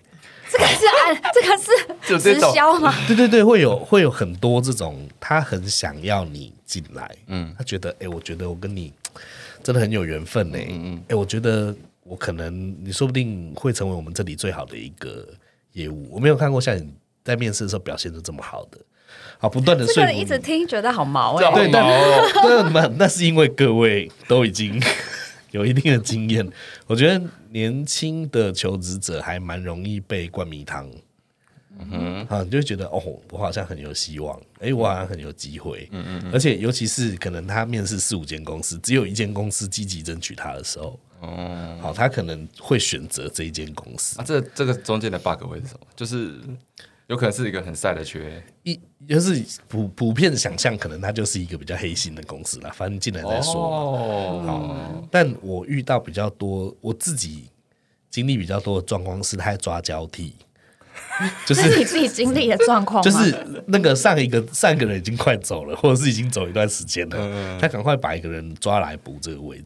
B: 这个是按这个
C: 就是这
B: 直
C: 种
B: 销吗？
A: 对对对，会有会有很多这种，他很想要你进来，嗯，他觉得，哎、我觉得我跟你真的很有缘分呢、哎、我觉得我可能你说不定会成为我们这里最好的一个业务，我没有看过像你在面试的时候表现的这么好的，好不断的
B: 这
A: 说
B: 个
A: 服
B: 一
A: 你。
B: 直听觉得好毛哎、
C: 这好
A: 对但
C: 毛哦
A: 那那那是因为各位都已经 有一定的经验，我觉得年轻的求职者还蛮容易被灌迷汤。嗯啊，你就会觉得哦，我好像很有希望，哎、我好像很有机会，嗯嗯而且尤其是可能他面试四五间公司，只有一间公司积极争取他的时候，哦，好，他可能会选择这一间公司
C: 啊，，这这个中间的 bug 会是什么？就是有可能是一个很晒的缺，
A: 一就是普普遍想象，可能他就是一个比较黑心的公司啦，反正进来再说嘛，
C: 哦，
A: 但我遇到比较多，我自己经历比较多的状况是，他在抓交替，就
B: 这是
A: 是
B: 你自己经历的状
C: 哦
B: 况
A: 就
B: 吗？
A: 是那个上一个上一个人已经快走了， 或者是已经走一段时间
C: 嗯
A: 了，他赶快把一个人抓来补这个位置。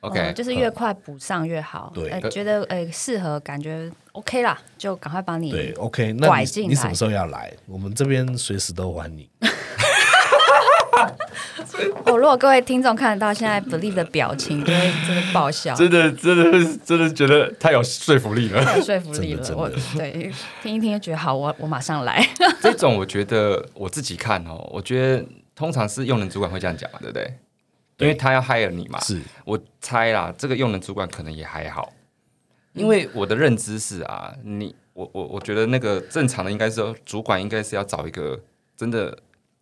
C: ，OK，
B: 嗯就是越快补上越好。
A: 对
B: 呃
C: 可
B: 觉得呃适合，感觉 OK 啦，就赶快把
C: 嗯
B: 你
A: 对，OK，那
B: 拐
A: 你
B: 进
A: 你什么
B: 来
A: 时候要来？我们这边随时都欢迎。
B: 哦。如果各位听众看得到现在 Believe 的表情，就会真的爆笑，
C: 真的真的真的觉得太有说服力 了。
B: 太有说服力
A: 真
B: 了。
A: 的
B: 我对听一听就觉得好，我我马上来。
C: 这种我觉得我自己看哦，我觉得通常是用人主管会这样讲嘛，对不对？因为他要 hire 你嘛，
A: 是
C: 我猜啦，这个用人主管可能也还好，因为我的认知是啊，你我我我觉得那个正常的应该是说主管应该是要找一个真的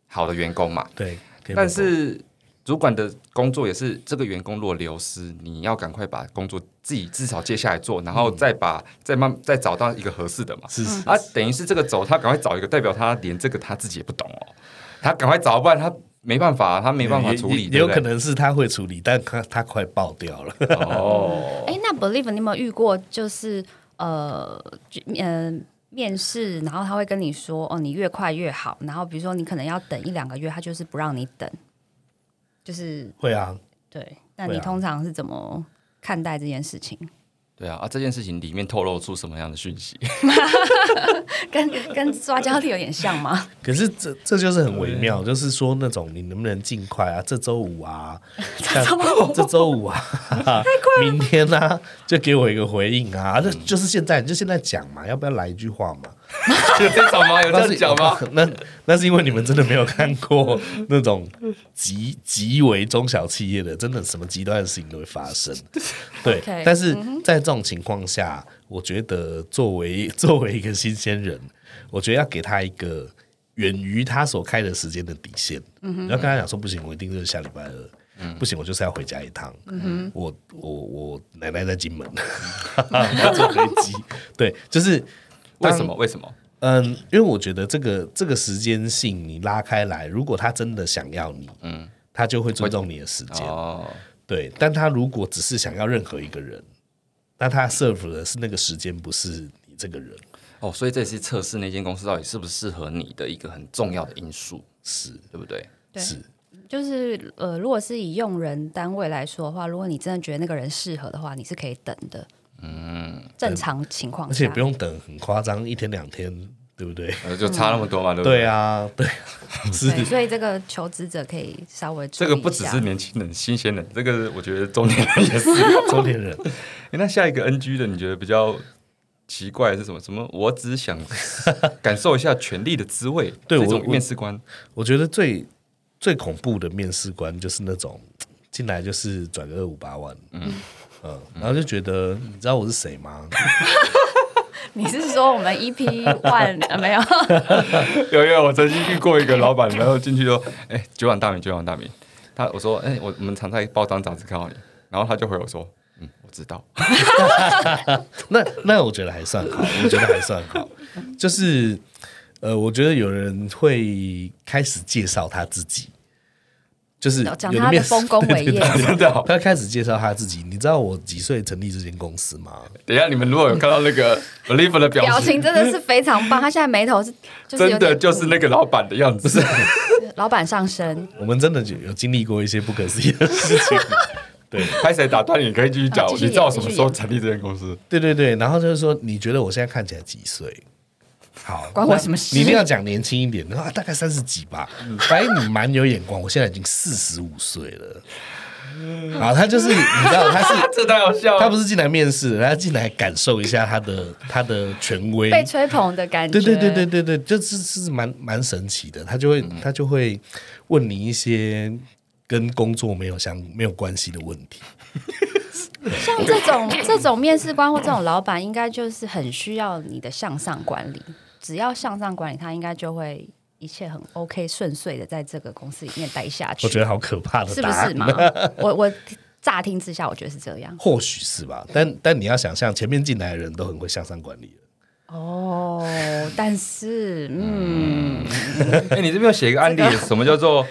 C: 好的员工嘛，
A: 对，可以
C: 但
A: 不
C: 是主管的工作也是，这个员工若流失，你要赶快把工作自己至少接下来做，然后再把、再慢再找到一个合适的嘛。
A: 是是
C: 啊，等于是这个走，他赶快找一个，代表他连这个他自己也不懂哦，他赶快找，不然他没办法，他没办法
A: 也
C: 处理，
A: 也也
C: 对
A: 有
C: 不对
A: 可能是他会处理，但他他快爆掉了。
C: 哦。
B: 哎，那 Believe 你有没有遇过就是呃就呃面试，然后他会跟你说哦，你越快越好。然后比如说你可能要等一两个月，他就是不让你等，就是
A: 会啊，
B: 对。那
A: 会
B: 你
A: 啊
B: 通常是怎么看待这件事情？
C: 对啊，啊，这件事情里面透露出什么样的讯息？
B: 跟 跟抓交替有点像吗？
A: 可是这这就是很微妙，就是说那种你能不能尽快啊？这周五 啊，像 这周五啊，明天啊，就给我一个回应啊！那就是现在，你就现在讲嘛，要不要来一句话嘛？
C: 有这种吗？有这
A: 那
C: 样
A: 是哦
C: 讲吗？？
A: 那那是因为你们真的没有看过那种极极为中小企业的，真的什么极端的事情都会发 生。对
B: OK，
A: 但是在这种情况下，我觉得作为作为一个新鲜人，我觉得要给他一个远于他所开的时间的底线。你要跟他讲说，不行，我一定就是下礼拜二。
C: 嗯
A: 不行，我就是要回家一趟。我我我奶奶在金门， 要坐飞机。对，就是
C: 为
A: 当
C: 什么？为什么？
A: 嗯，因为我觉得这个这个时间性你拉开来，如果他真的想要你，嗯，他就会尊重你的时间，
C: 哦，
A: 对。但他如果只是想要任何一个人，那他 serve 的是那个时间，不是你这个人。
C: 哦，所以这也是测试那间公司到底适不适合你的一个很重要的因素，
A: 是
C: 对不对？
B: 对
A: 是，
B: 就是呃，如果是以用人单位来说的话，如果你真的觉得那个人适合的话，你是可以等的。正常情况
A: 嗯而
B: 下
A: 且不用等很夸张，一天两天，对不对？
C: 呃就差那么多嘛，对不
A: 对
C: 啊，
A: 啊，对，是
B: 对，所以这个求职者可以稍微注
C: 这
B: 意
C: 个不
B: 一
C: 只
B: 下
C: 是年轻人、新鲜人，这个我觉得中年人 也是。
A: 中年人。
C: 诶那下一个 NG 的，你觉得比较奇怪的是什么？什么？我只想感受一下权力的滋味。
A: 对
C: 这
A: 我
C: 种
A: 我
C: 面试官，
A: 我觉得最最恐怖的面试官就是那种进来就是转个二五八万，嗯然后就觉得你知道我是谁吗？
B: 你是说我们一 p one 呃没有？
C: 有有，我曾经遇过一个老 板，然后进去说：“哎、九碗大米，九碗大米。”他我说：“哎、我我们常在报章杂志看到你。”然后他就回我说：“嗯，我知 道。
A: 那那我觉得还算好，我觉得还算 好，就是呃，我觉得有人会开始介绍他自己。就是
B: 哦讲
A: 有
B: 他的
A: 面试
B: 丰功伟业
A: 对对对对
C: 真的哦
A: 他开始介绍他自己。你知道我几岁成立这间公司吗？”
C: 等一下，你们如果有看到那个 Oliver 的表情，
B: 表情真的是非常棒，他现在眉头是就
C: 真
B: 是有
C: 的
B: 点嗯
C: 就是那个老板的样 子。
B: 老板上身，
A: 我们真的有经历过一些不可思议的事情。对，
C: 拍谁打断你，可以继续讲。
B: 啊继续
C: 你知道我什
B: 演
C: 么
B: 继续
C: 时候
B: 演
C: 成立这间公司？
A: 对对对，然后就是说，你觉得我现在看起来几岁？好，
B: 关我
A: 那
B: 什么事
A: 你一定要讲年轻一点，然后、啊大概三十几吧。反正你蛮有眼光，我现在已经四十五岁了。好，他就是你知道，他 是
C: 这太好笑了。
A: 他不是进来面试，他进来感受一下他的他的权威，
B: 被吹捧的感觉。
A: 对对对对对对，就是是蛮蛮神奇的，他就会、他就会问你一些跟工作没有相没有关系的问题。
B: 像这种这种面试官或这种老板，应该就是很需要你的向上管理。只要向上管理，他应该就会一切很 OK 顺遂的在这个公司里面待下去。
A: 我觉得好可怕的
B: 是
A: 答
B: 不
A: 案，
B: 是嘛？我我乍听之下，我觉得是这样。
A: 或许是吧，但但你要想象，前面进来的人都很会向上管理了
B: 哦，但是嗯，
C: 哎、你这边有写一个案例，什么叫做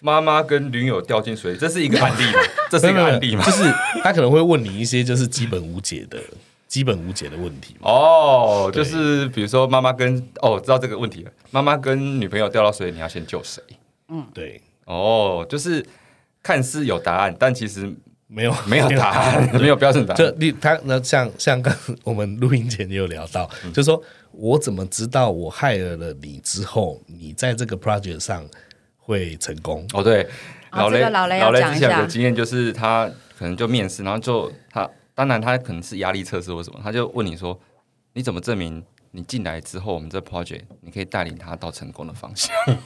C: 妈妈跟女友掉进水里？这是一个案例 吗？这是一个案例吗
A: 就？是他可能会问你一些就是基本无解的、 基本无解的问题嘛。
C: 哦，
A: 对
C: 就是比如说妈妈跟哦，我知道这个问题了。妈妈跟女朋友掉到水里，你要先救谁？
A: 对，
C: 哦，就是看似有答案，但其实
A: 没有
C: 没有答 案，没有标准 答
A: 就
C: 案。
A: 你他那像像刚我们录音前也有聊到，
C: 嗯
A: 就说我怎么知道我害了了你之后，你在这个 project 上会成功？
C: 哦，对，
B: 哦
C: 雷
B: 这个老雷
C: 老
B: 要
C: 雷
B: 讲
C: 之
B: 一
C: 前有个
B: 下
C: 经验，就是他可能就面试，然后就他当然他可能是压力测试或什么，他就问你说你怎么证明你进来之后，我们这 project 你可以带领他到成功的方向？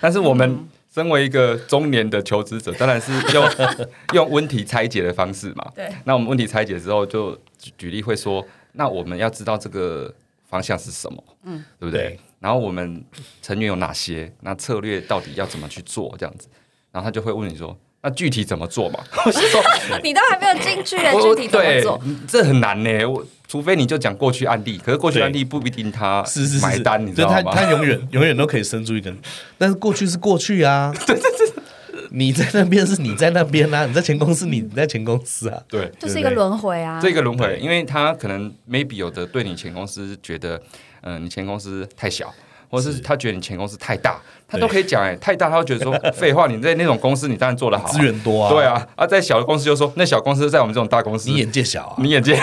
C: 但是我
B: 嗯
C: 们身为一个中年的求职者，当然是用 用问题拆解的方式嘛。
B: 对。
C: 那我们问题拆解之后，就举举例会说，那我们要知道这个方向是什么，嗯，对不对？
A: 对
C: 然后我们成员有哪些？那策略到底要怎么去做？这样子，然后他就会问你说，那具体怎么做嘛？我是说，
B: 你都还没有进去了，
C: 我
B: 具体怎么做？
C: 哦对这很难呢。我除非你就讲过去案例，可是过去案例不一定他
A: 是是是
C: 买
A: 是
C: 单，你知
A: 就
C: 道
A: 他
C: 吗？
A: 他永远 永远都可以伸出一根，但是过去是过去 啊，对对对，你在那边是你在那边啊，你在前公司你你在前公司啊，
C: 对，
B: 就是一个轮回啊。
C: 这个轮回，因为他可能 maybe 有的对你前公司觉得，嗯、你前公司太小，或者是他觉得你前公司太大，他都可以讲哎、太大他会 觉得说废话，你在那种公司你当然做得好啊、
A: 资源多啊，
C: 对，啊，啊在小的公司就说那小公司在我们这种大公司，
A: 你眼界小啊
C: 你，眼界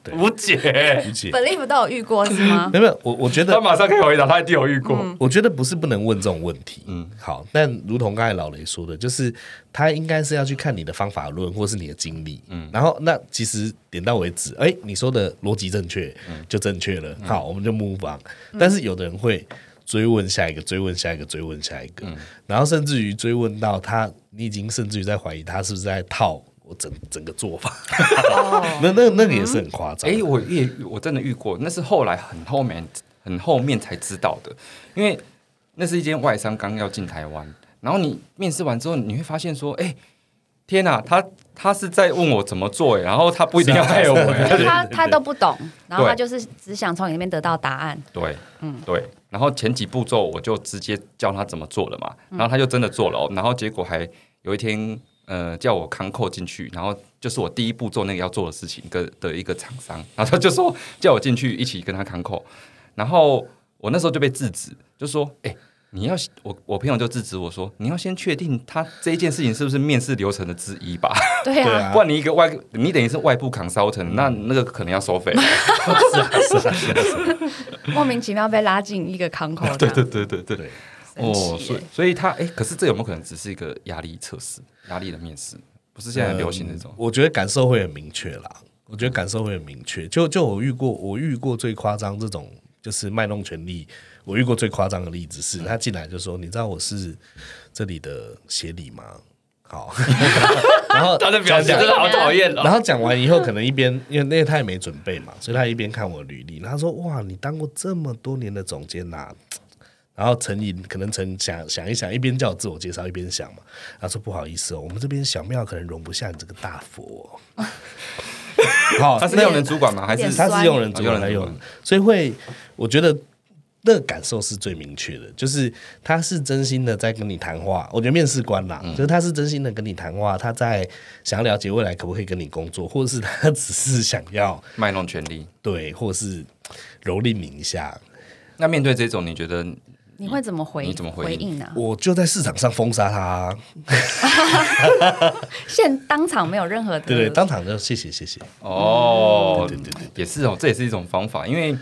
A: 对
C: 无解，
A: 理解？
B: believe 都有遇过是吗？
A: 没有没有，我我觉得
C: 他马上可以回答，他一定有遇过，
A: 我觉得不是不能问这种问题，嗯，好，但如同刚才老雷说的，就是他应该是要去看你的方法论或是你的经历，嗯，然后那其实点到为止，哎、你说的逻辑正确，就正确了，好，我们就 move on。但是有的人会追问下一个，追问下一个，追问下一个，然后甚至于追问到他，你已经甚至于在怀疑他是不是在套我整整个做法，
B: 哦，
A: 那那那个也是很夸张，
C: 哎、我也我真的遇过，那是后来很后面很后面才知道的，因为那是一间外商刚要进台湾，然后你面试完之后，你会发现说，哎、天哪、他他是在问我怎么做、哎，然后他不一定要害我、哎
B: 就他他都不懂，然后
C: 对
B: 他就是只想从你那边得到答案。
C: 对，对。然后前几步骤我就直接教他怎么做了嘛，然后他就真的做了、哦，然后结果还有一天，呃，叫我康扣进去，然后就是我第一步骤那个要做的事情跟的一个厂商， 然后他就说叫我进去一起跟他康扣，然后我那时候就被制止，就说，哎、你要我我朋友就制止我说，你要先确定他这一件事情是不是面试流程的之一吧，
B: 对
A: 对
B: 啊，
A: 啊
C: 不，然你一个外你等于是外部 consultant，那那个可能要收费。
B: 莫名其妙被拉进一个康口，
C: 对对对对对
A: 对。
B: 神奇耶
C: 所以所以他哎，可是这有没有可能只是一个压力测试，压力的面试，不是现在很流行那种？
A: 我觉得感受会很明确啦。我觉得感受会很明确。就就我遇过，我遇过最夸张这种就是卖弄权力，我遇过最夸张的例子
C: 嗯
A: 是，他进来就说：“你知道我是这里的协理吗？” 好，然后
C: 他的表情真的好讨厌 哦。
A: 然后讲完以后，可能一边 因为那个他也没准备嘛，所以他一边看我履历，然后他说：“哇，你当过这么多年的总监呐、然后陈颖可能陈想想一想，一边叫我自我介绍，一边想嘛。他说：“不好意思哦，我们这边小庙可能容不下你这个大佛、 哦。”好，
C: 他是
A: 那
C: 用人主管吗？还
B: 有
C: 是
B: 点
A: 他是用人主管
C: 哦用人
A: 来
C: 主
A: 用
C: 管，
A: 所以会我觉得那个感受是最明确的，就是他是真心的在跟你谈话。我觉得面试官
C: 嗯
A: 啦，就是他是真心的跟你谈话，他在想了解未来可不可以跟你工作，或者是他只是想要
C: 卖弄权力？
A: 对，或者是蹂躏你一下。
C: 那面对这种，你觉得
B: 你会怎么回？
C: 你怎么回
B: 回
C: 应
B: 应呢？
A: 我就在市场上封杀他啊，
B: 现当场没有任何的
A: 对不对？当场就谢谢谢谢，
C: 哦，
A: 对对对对
C: 也是哦，这也是一种方法，因为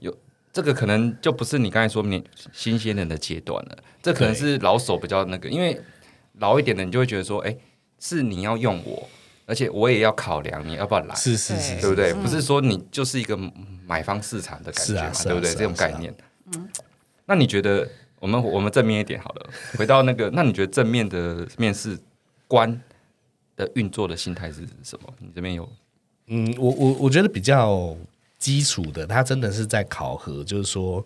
C: 有这个可能就不是你刚才说你新鲜人的阶段了，这可能是老手比较那个，因为老一点的你就会觉得说，哎，是你要用我，而且我也要考量你要不要来，
A: 是是是
C: 对
A: 是
C: 不对？不是说你就是一个买方市场的感觉
A: 嗯是
C: 嘛，
A: 啊是啊
C: 对不对？
A: 是啊
C: 这种
A: 是啊
C: 概念。那你觉得我们我们正面一点好了，回到那个，那你觉得正面的面试官的运作的心态是什么？你这边有
A: 嗯，我我我觉得比较基础的，他真的是在考核，就是说，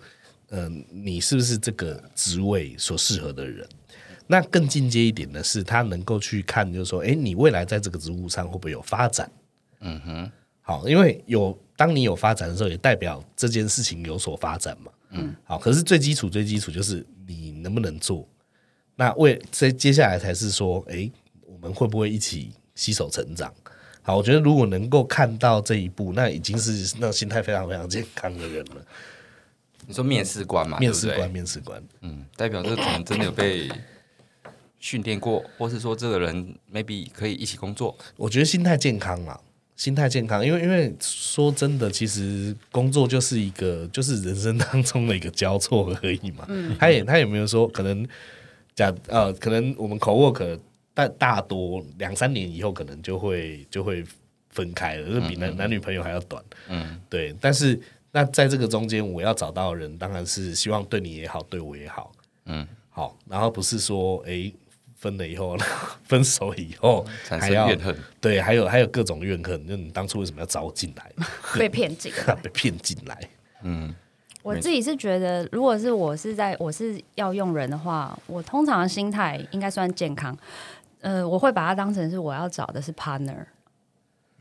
A: 嗯、你是不是这个职位所适合的人？那更进阶一点的是，他能够去看，就是说，哎，你未来在这个职务上会不会有发展？嗯哼，好，因为有当你有发展的时候，也代表这件事情有所发展嘛。嗯，好，可是最基础最基础就是你能不能做？那为接接下来才是说，哎，我们会不会一起携手成长？好，我觉得如果能够看到这一步，那已经是那心态非常非常健康的人了。
C: 你说面试官嘛，
A: 面试
C: 啊对不
A: 官，
C: 对
A: 面试官，
C: 嗯，代表这可能真的有被训练过，或是说这个人 maybe 可以一起工作，
A: 我觉得心态健康啊，心态健康，因为因为说真的，其实工作就是一个就是人生当中的一个交错而已嘛。
C: 嗯
A: 他也他也没有说可能假呃，可能我们口 work 大大多两三年以后，可能就会就会分开了，
C: 嗯
A: 就是比男、男女朋友还要短。嗯，对。但是那在这个中间，我要找到的人，当然是希望对你也好，对我也好。
C: 嗯，
A: 好，然后不是说诶分了以后， 分手以后
C: 产
A: 还
C: 生
A: 要
C: 怨恨。
A: 对，还有还有各种怨恨，就你当初为什么要找我进来，
B: 被骗进来。
A: 被骗进来？
C: 嗯，
B: 我自己是觉得，如果是我是在我是要用人的话，我通常的心态应该算健康。呃，我会把它当成是我要找的是 partner，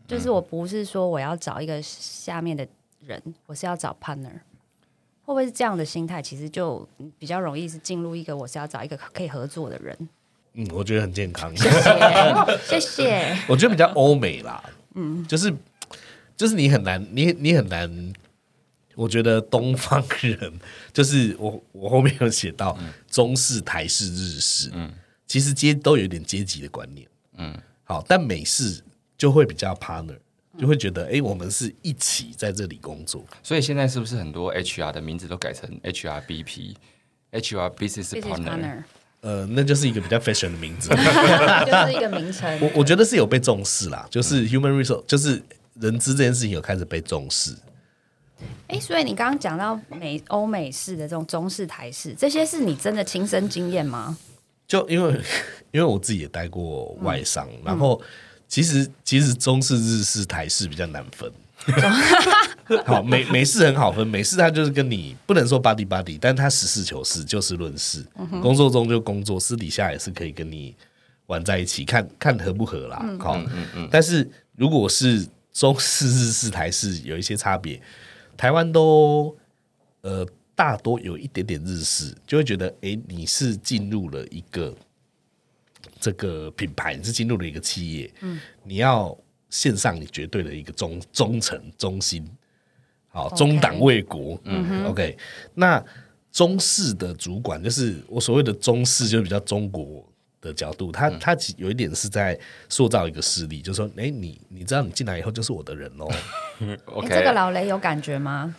B: 就是我不是说我要找一个下面的人，我是要找 partner。会不会是这样的心态？其实就比较容易是进入一个我是要找一个可以合作的人。
A: 嗯，我觉得很健康。
B: 谢谢，谢谢。
A: 我觉得比较欧美啦，嗯，就是就是你很难，你你很难。我觉得东方人就是我，我后面有写到中式、台式、日式，嗯，其实阶都有一点阶级的观念，
C: 嗯
A: 嗯，好，但美式就会比较 partner，就会觉得哎、诶我们是一起在这里工作，
C: 所以现在是不是很多 HR 的名字都改成 HRBP、HR Business
B: 谢谢
C: Partner？
B: partner，
A: 呃，那就是一个比较 fashion 的名字，
B: 就是一个名称。
A: 我我觉得是有被重视啦，就是 human resource，就是人资这件事情有开始被重视。
B: 哎，所以你刚刚讲到美欧美式的这种中式、台式，这些是你真的亲身经验吗？
A: 就因为因为我自己也待过外商，然后其实其实中式、日式、台式比较难分。好，美美式很好分，美式它就是跟你不能说 body body，但它实事求是，就事论事，工作中就工作，私底下也是可以跟你玩在一起，看看合不合啦。好，但是如果是中式、日式、台式有一些差别，台湾都呃大多有一点点日式，就会觉得诶，你是进入了一个这个品牌，你是进入了一个企业，嗯，你要献上你绝对的一个忠忠诚、忠心，好，
B: OK
A: 忠党卫国，嗯，OK，那。中式的主管，就是我所谓的中式，就是比较中国的角度，他他其有一点是在塑造一个势力，就是说，哎、你你知道你进来以后就是我的人哦喽。
B: 哎、
C: OK，
B: 这个老雷有感觉吗？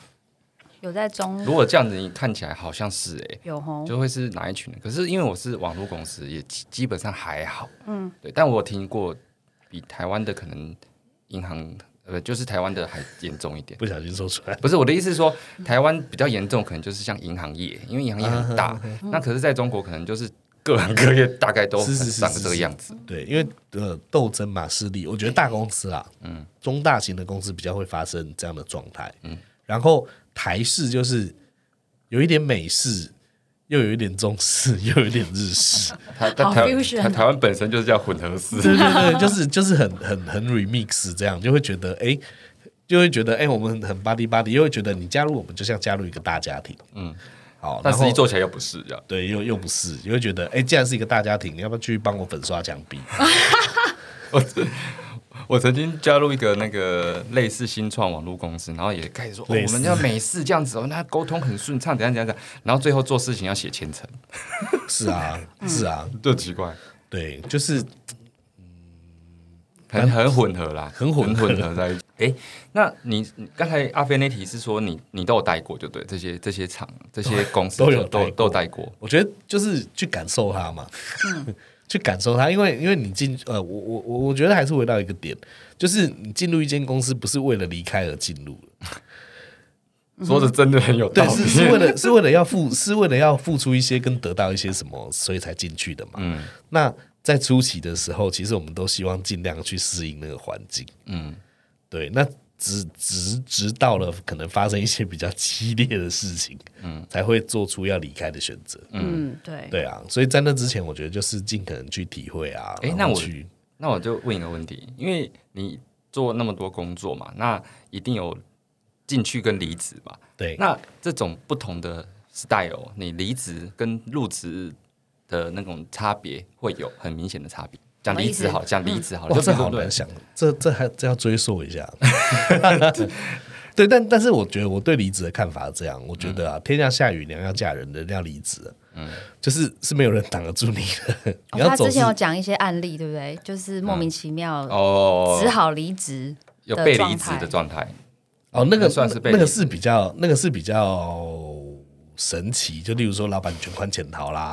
B: 有在中
C: 如果这样子，你看起来好像是哎、
B: 有吼，
C: 就会是哪一群人？可是因为我是网络公司，也基基本上还好，嗯，对。但我有听过比台湾的可能银行呃，就是台湾的还严重一点。
A: 不小心说出来，
C: 不是我的意思是说，台湾比较严重，可能就是像银行业，因为银行业很大。
B: 嗯
C: 那可是在中国，可能就是各行各业大概都
A: 是是是
C: 长
A: 是
C: 这个
A: 是
C: 样子。
A: 对，因为呃斗争嘛，势力，我觉得大公司啊，嗯，中大型的公司比较会发生这样的状态，嗯，然后台式就是有一点美式，又有一点中式，又有一点日式，
C: 台但
B: 好
C: 台
B: fusion 嗯
C: 台台湾本身就是叫混合式，
A: 对对对，就是就是很很很 remix 这样，就会觉得哎、诶就会觉得哎、诶我们很 buddy buddy，又会觉得你加入我们就像加入一个大家庭，嗯，好，
C: 但
A: 然
C: 实
A: 后
C: 际做起来又不是这样。
A: 对又又不是，又会觉得哎、诶既然是一个大家庭，你要不要去帮我粉刷墙壁？
C: 我曾经加入一个那个类似新创网络公司，然后也开始说、哦
A: 类
C: 我
A: 似
C: 们要美式这样子哦，那沟通很顺畅，怎样怎样怎样，然后最后做事情要写千层，
A: 是啊，是啊，
C: 就奇怪，
A: 对，就是
C: 很很混合啦，
A: 很混合
C: 混合 在一起。哎，那你你刚才阿飞那题是说你你都有待过，就对这些这些厂这些公司
A: 都有待
C: 都
A: 过
C: 都有待过，
A: 我觉得就是去感受它嘛，嗯 去感受它，因为因为你进呃，我我我我觉得还是回到一个点，就是你进入一间公司不是为了离开而进入的，
C: 说的真的很有道
A: 嗯对，是
C: 理。
A: 是为了是为了要付是为了要付出一些跟得到一些什么，所以才进去的嘛。
C: 嗯
A: 那在初期的时候，其实我们都希望尽量去适应那个环境，
C: 嗯，
A: 对，那直直直到了可能发生一些比较激烈的事情，嗯，才会做出要离开的选择。
B: 嗯，对，
A: 对啊，所以在那之前，我觉得就是尽可能去体会啊。
C: 诶
A: 然
C: 哎那
A: 后
C: 我
A: 去
C: 那我就问一个问题，因为你做那么多工作嘛，那一定有进去跟离职吧？
A: 对
C: 那这种不同的 style，你离职跟入职的那种差别会有很明显的差别。讲离职好，讲离职好了，
A: 哇，
C: 就
A: 这
C: 比如
A: 好
C: 说
A: 难想，这这还这要追溯一下。 对，但但是我觉得我对离职的看法是这样，我觉得
C: 嗯
A: 啊，天要下雨，娘要嫁人，人要离职，嗯，就是是没有人挡得住你的，
B: 哦
A: 你要
B: 他
A: 走
B: 之
A: 是
B: 前有讲一些案例，对不对？就是莫名其妙，
C: 哦，
B: 只好离职。
C: 有被离职的状态，
A: 哦，那
C: 那
A: 个
C: 算是被
A: 那个
C: 离职
A: 是比较那个是比较神奇，就例如说老板卷款潜逃啦，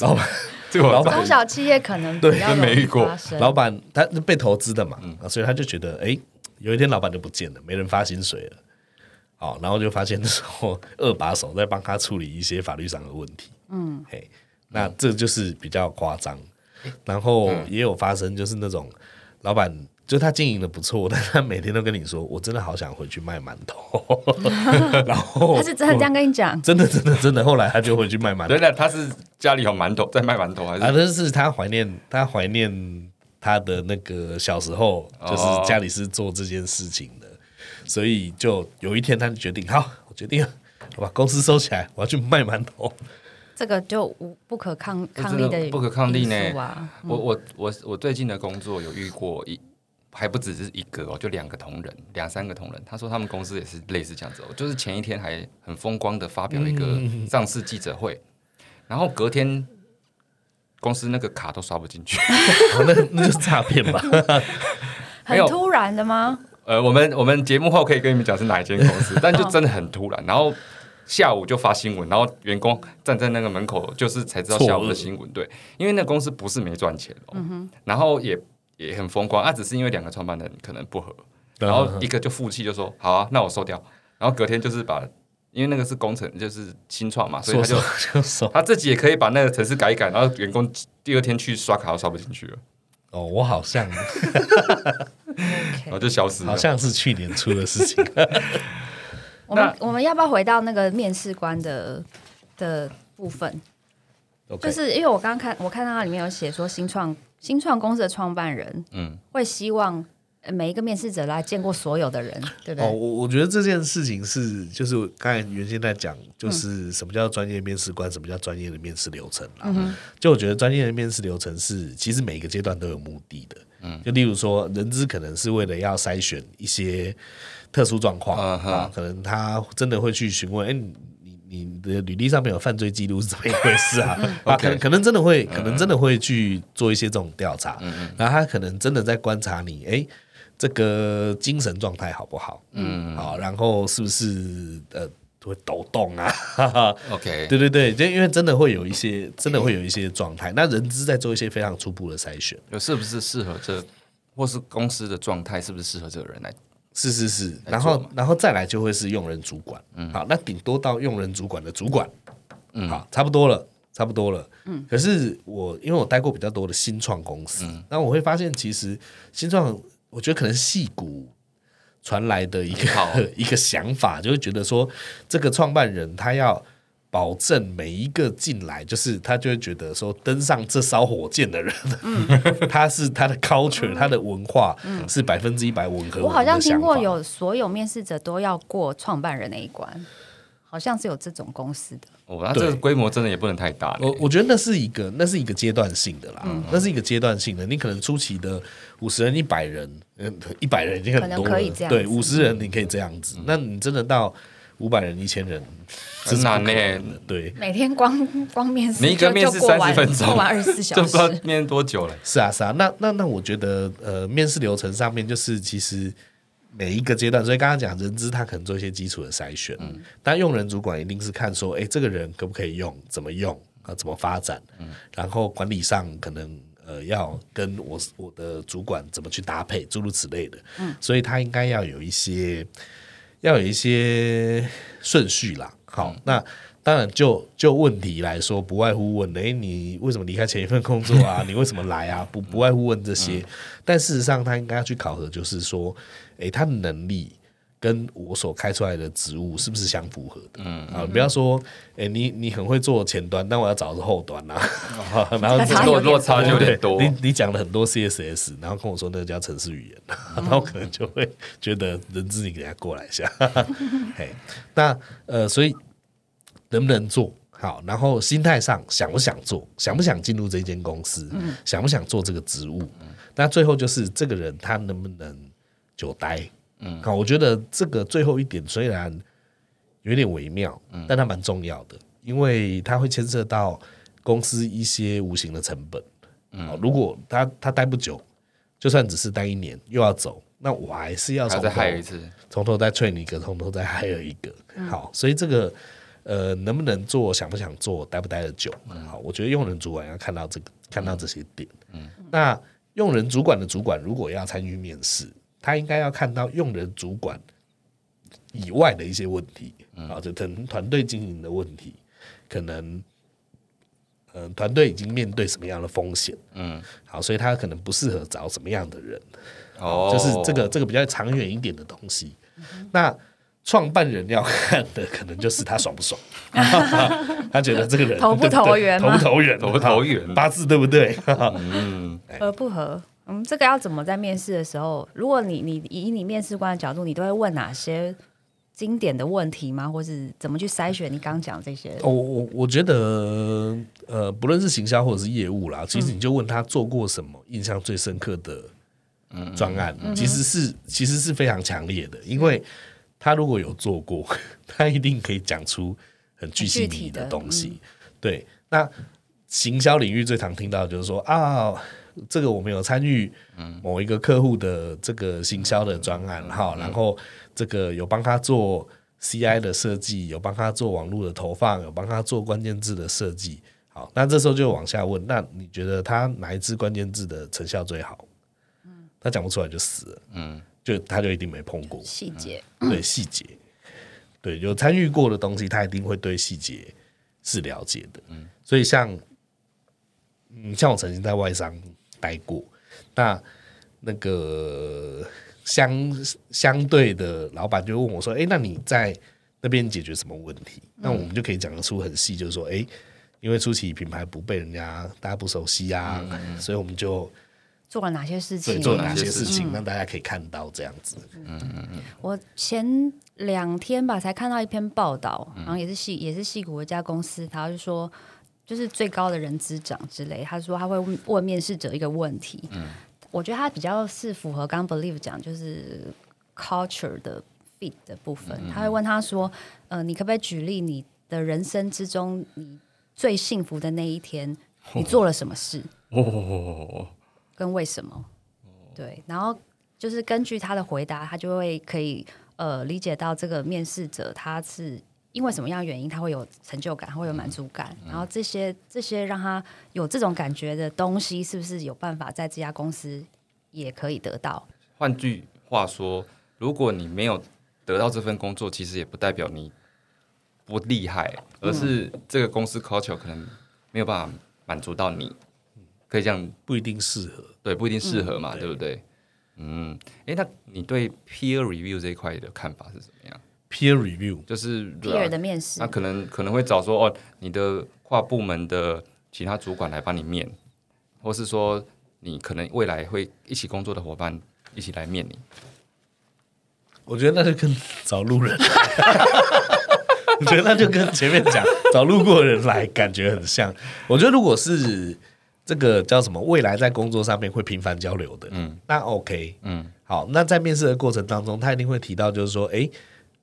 A: 老板
C: 这个
A: 老板
B: 中小企业可能比较
C: 真没
B: 容易
C: 遇过
B: 发生
A: 老板他是被投资的嘛，啊所以他就觉得，哎、有一天老板就不见了，没人发薪水了，好，然后就发现说 二把手在帮他处理一些法律上的问题，嗯，嘿，那这就是比较夸张，然后也有发生就是那种老板。就他经营的不错， 但他每天都跟你说：“我真的好想回去卖馒 头。”然后
B: 他是真的这样跟你讲，
A: 真的真的真的，后来他就回去卖馒头
C: 原。来他是家里有馒头在卖馒头，还
A: 啊，
C: 是
A: 但是他怀念他怀念他的那个小时候，就是家里是做这件事情的，所以就有一天他就决定，好，我决定了，我把公司收起来，我要去卖馒 头。哦
B: 这个就无不可抗
C: 这
B: 抗力
C: 真
B: 的
C: 不可抗力
B: 因
C: 呢
B: 素啊？
C: 我我我我最近的工作有遇过一，还不只是一个哦，就两个同仁，两三个同仁。他说他们公司也是类似这样子哦，就是前一天还很风光的发表一个上市记者会，然后隔天公司那个卡都刷不进去。
A: 好那那就是诈骗 吧？
C: 没
B: 很
C: 有
B: 突然的吗？
C: 呃，我们我们节目后可以跟你们讲是哪一间公司，但就真的很突然。然后下午就发新闻，然后员工站在那个门口，就是才知道下午的新闻。对，因为那公司不是没赚钱哦，然后也也很风光，啊，只是因为两个创办人可能不合，
A: 嗯
C: 然后一个就负气就说好啊，那我收掉。然后隔天就是把，因为那个是工程，就是新创嘛，所以
A: 说
C: 他就
A: 说就说
C: 他自己也可以把那个城市改一改，然后员工第二天去刷卡都刷不进去了，
A: 哦，我好像
C: 然后就消失了
A: 好。像是去年出的事 情。
B: 我们我们要不要回到那个面试官的的部分？
A: OK，
B: 就是因为我刚刚看我看到它里面有写说新创新创公司的创办人
C: 嗯，
B: 会希望呃每一个面试者来见过所有的人，对不
A: 哦，
B: 对？
A: 我我觉得这件事情是，就是刚才原先在讲，就是什么叫专业面试官，什么叫专业的面试流程啦。就我觉得专业的面试流程是，其实每一个阶段都有目的的。嗯，就例如说，人资可能是为了要筛选一些特殊状况、
C: 嗯哼
A: 啊，可能他真的会去询问，哎、你你你的履历上面有犯罪记录是怎么一回事啊？
C: 嗯
A: 啊，可能可能真的会，可能真的会去做一些这种调查，
C: 嗯
A: 然后他可能真的在观察你，哎、这个精神状态好不好？嗯，好，然后是不是呃会抖动啊？哈哈
C: OK，
A: 对对对，就因为真的会有一些，真的会有一些状态。那人资在做一些非常初步的筛选，
C: 有是不是适合这，或是公司的状态是不是适合这个人来？
A: 是是是，
C: 来
A: 然
C: 做
A: 后然后再来就会是用人主管，
C: 嗯
A: 好，那顶多到用人主管的主管，好，差不多了，差不多了，嗯。可是我因为我待过比较多的新创公司，
C: 嗯
A: 那我会发现其实新创，我觉得可能戏骨传来的一
C: 很好啊
A: 个 一个想法，就会觉得说这个创办人他要。保证每一个进来，就是他就会觉得说，登上这艘火箭的人，
B: 嗯
A: 他是他的 culture，、他的文化、是百分之一百吻合
B: 我
A: 们
B: 好像
A: 的
B: 听
A: 想
B: 过
A: 法
B: 有所有面试者都要过创办人那一关，好像是有这种公司的。
C: 哦，那这个
A: 对
C: 规模真的也不能太大嘞欸
A: 我我觉得那是一个，那是一个阶段性的啦，
B: 嗯
A: 那是一个阶段性的。你可能初期的五十人、一百人，嗯，一百人已经很
B: 可能
A: 多
B: 可
A: 了
B: 以这，样
A: 对，
B: 子嗯
A: 五十人你可以这样子。那你真的到五百人、一千人，这
C: 很
A: 是
C: 难
A: 不
C: 欸
A: 可
C: 嘞
A: 能的对，
B: 每天光 光面试就，
C: 你一个面试
B: 就过完
C: 30分钟
B: 过完二十四
C: 这
B: 小
C: 不知道
B: 时。
C: 面多久了。
A: 是啊，是啊。那那那，我觉得呃，面试流程上面就是其实每一个阶段，所以刚刚讲人资他可能做一些基础的筛选，但用人主管一定是看说，哎、这个人可不可以用，怎么用啊，怎么发展，然后管理上可能。呃，要跟我我的主管怎么去搭配，诸如此类的，所以他应该要有一些要有一些顺序啦。好，那当然就就问题来说，不外乎问，诶，你为什么离开前一份工作啊？你为什么来啊？不不外乎问这些。但事实上，他应该要去考核，就是说，诶，他的能力。跟我所开出来的职务是不是相符合的？嗯啊，不要说，诶，你你很会做前端，但我要找的是后端呐、 啊，然后
B: 这个差有
C: 落
B: 点
C: 落差就有
A: 对
C: 点多
A: 你，你讲了很多 CSS，然后跟我说那个叫城市语言， 然后可能就会觉得人资你给他过来一下。 嘿，那呃，所以能不能做好，然后心态上想不想做，想不想进入这间公司，想不想做这个职务，那最后就是这个人他能不能久待。嗯，好，我觉得这个最后一点虽然有点微妙，但它蛮重要的，因为它会牵涉到公司一些无形的成本。嗯，如果他他待不久，就算只是待一年又要走，那我还是要从
C: 还要再
A: 头
C: 害一次。
A: 从头再吹你一个，从头再害了一个。好，所以这个呃，能不能做，想不想做，待不待得久，好，我觉得用人主管要看到这个，看到这些点。嗯，那用人主管的主管如果要参与面试，他应该要看到用人主管以外的一些问题，啊，就可能团队经营的问题，可能。嗯，团队已经面对什么样的风险？
C: 嗯，
A: 好，所以他可能不适合找什么样的人。
C: 哦，
A: 就是这个这个比较长远一点的东西。那创办人要看的可能就是他爽不 爽，他觉得这个人
B: 投不
A: 对对
B: 投缘
A: 投
B: 吗
A: 不投缘，
C: 投不投缘
A: 八字对不对？
B: 合不合？嗯，这个要怎么在面试的时候？如果你你以你面试官的角度，你都会问哪些经典的问题吗？或是怎么去筛选你刚讲这些？
A: 我哦我我觉得，呃，不论是行销或者是业务啦，
B: 嗯
A: 其实你就问他做过什么印象最深刻的
B: 嗯
A: 专案，其实是其实是非常强烈的，因为他如果有做过， 他一定可以讲出很具细
B: 很具
A: 迷
B: 体的嗯
A: 的东西。对，那行销领域最常听到的就是说啊，这个我们有参与
B: 嗯
A: 某一个客户的这个行销的专案哈，
B: 嗯
A: 然后这个有帮他做 CI 的设计，有帮他做网络的投放，有帮他做关键字的设计。好，那这时候就往下问，那你觉得他哪一支关键字的成效最好？他讲不出来就死了，嗯，就他就一定没碰过，
B: 细节，
A: 对细节，对有参与过的东西，他一定会对细节是了解的。嗯，所以像，嗯，像我曾经在外商待过，那那个相相对的老板就问我说：“哎、那你在那边解决什么问题？”那我们就可以讲得出很细，就是说，哎、因为初期品牌不被人家大家不熟悉啊，所以我们就
B: 做了哪些事
A: 对
B: 情？
A: 做
C: 了
A: 哪些
C: 事
A: 事情嗯
B: 嗯
A: 让大家可以看到这样子。
B: 我前两天吧才看到一篇报道，
A: 嗯
B: 然后也是戏也是戏骨一家公司，他就说就是最高的人资长之类，他说他会问问面试者一个问题，
A: 嗯
B: 我觉得他比较是符合刚 believe 讲就是
A: 嗯
B: culture 的 fit 的部分，他会问他说，呃，你可不可以举例你的人生之中，你最幸福的那一天，你做了什么事，
C: 哦，
B: 跟为什么？
A: 哦
B: 对，然后就是根据他的回答，他就会可以呃理解到这个面试者他是因为什么样的原因，他会有成就感，他会有满足感，
C: 嗯
B: 然后这些这些让他有这种感觉的东西，是不是有办法在这家公司也可以得到？
C: 换句话说，如果你没有得到这份工作，其实也不代表你不厉害，而是这个公司 culture 可能没有办法满足到你，可以这样
A: 不一定适合。
C: 对，不一定适合嘛，对不对？嗯，诶，那你对 peer review 这一块的看法是怎么样？
A: Peer review
C: 就是啊
B: 第二的面试
C: 那，可能可能会找说哦，你的跨部门的其他主管来帮你面，或是说你可能未来会一起工作的伙伴一起来面你。
A: 我觉得那就跟找路人， 我觉得那就跟前面讲找路过的人来感觉很像。我觉得如果是这个叫什么，未来在工作上面会频繁交流的，嗯，那 OK，
C: 嗯，
A: 好，那在面试的过程当中，他一定会提到，就是说，诶，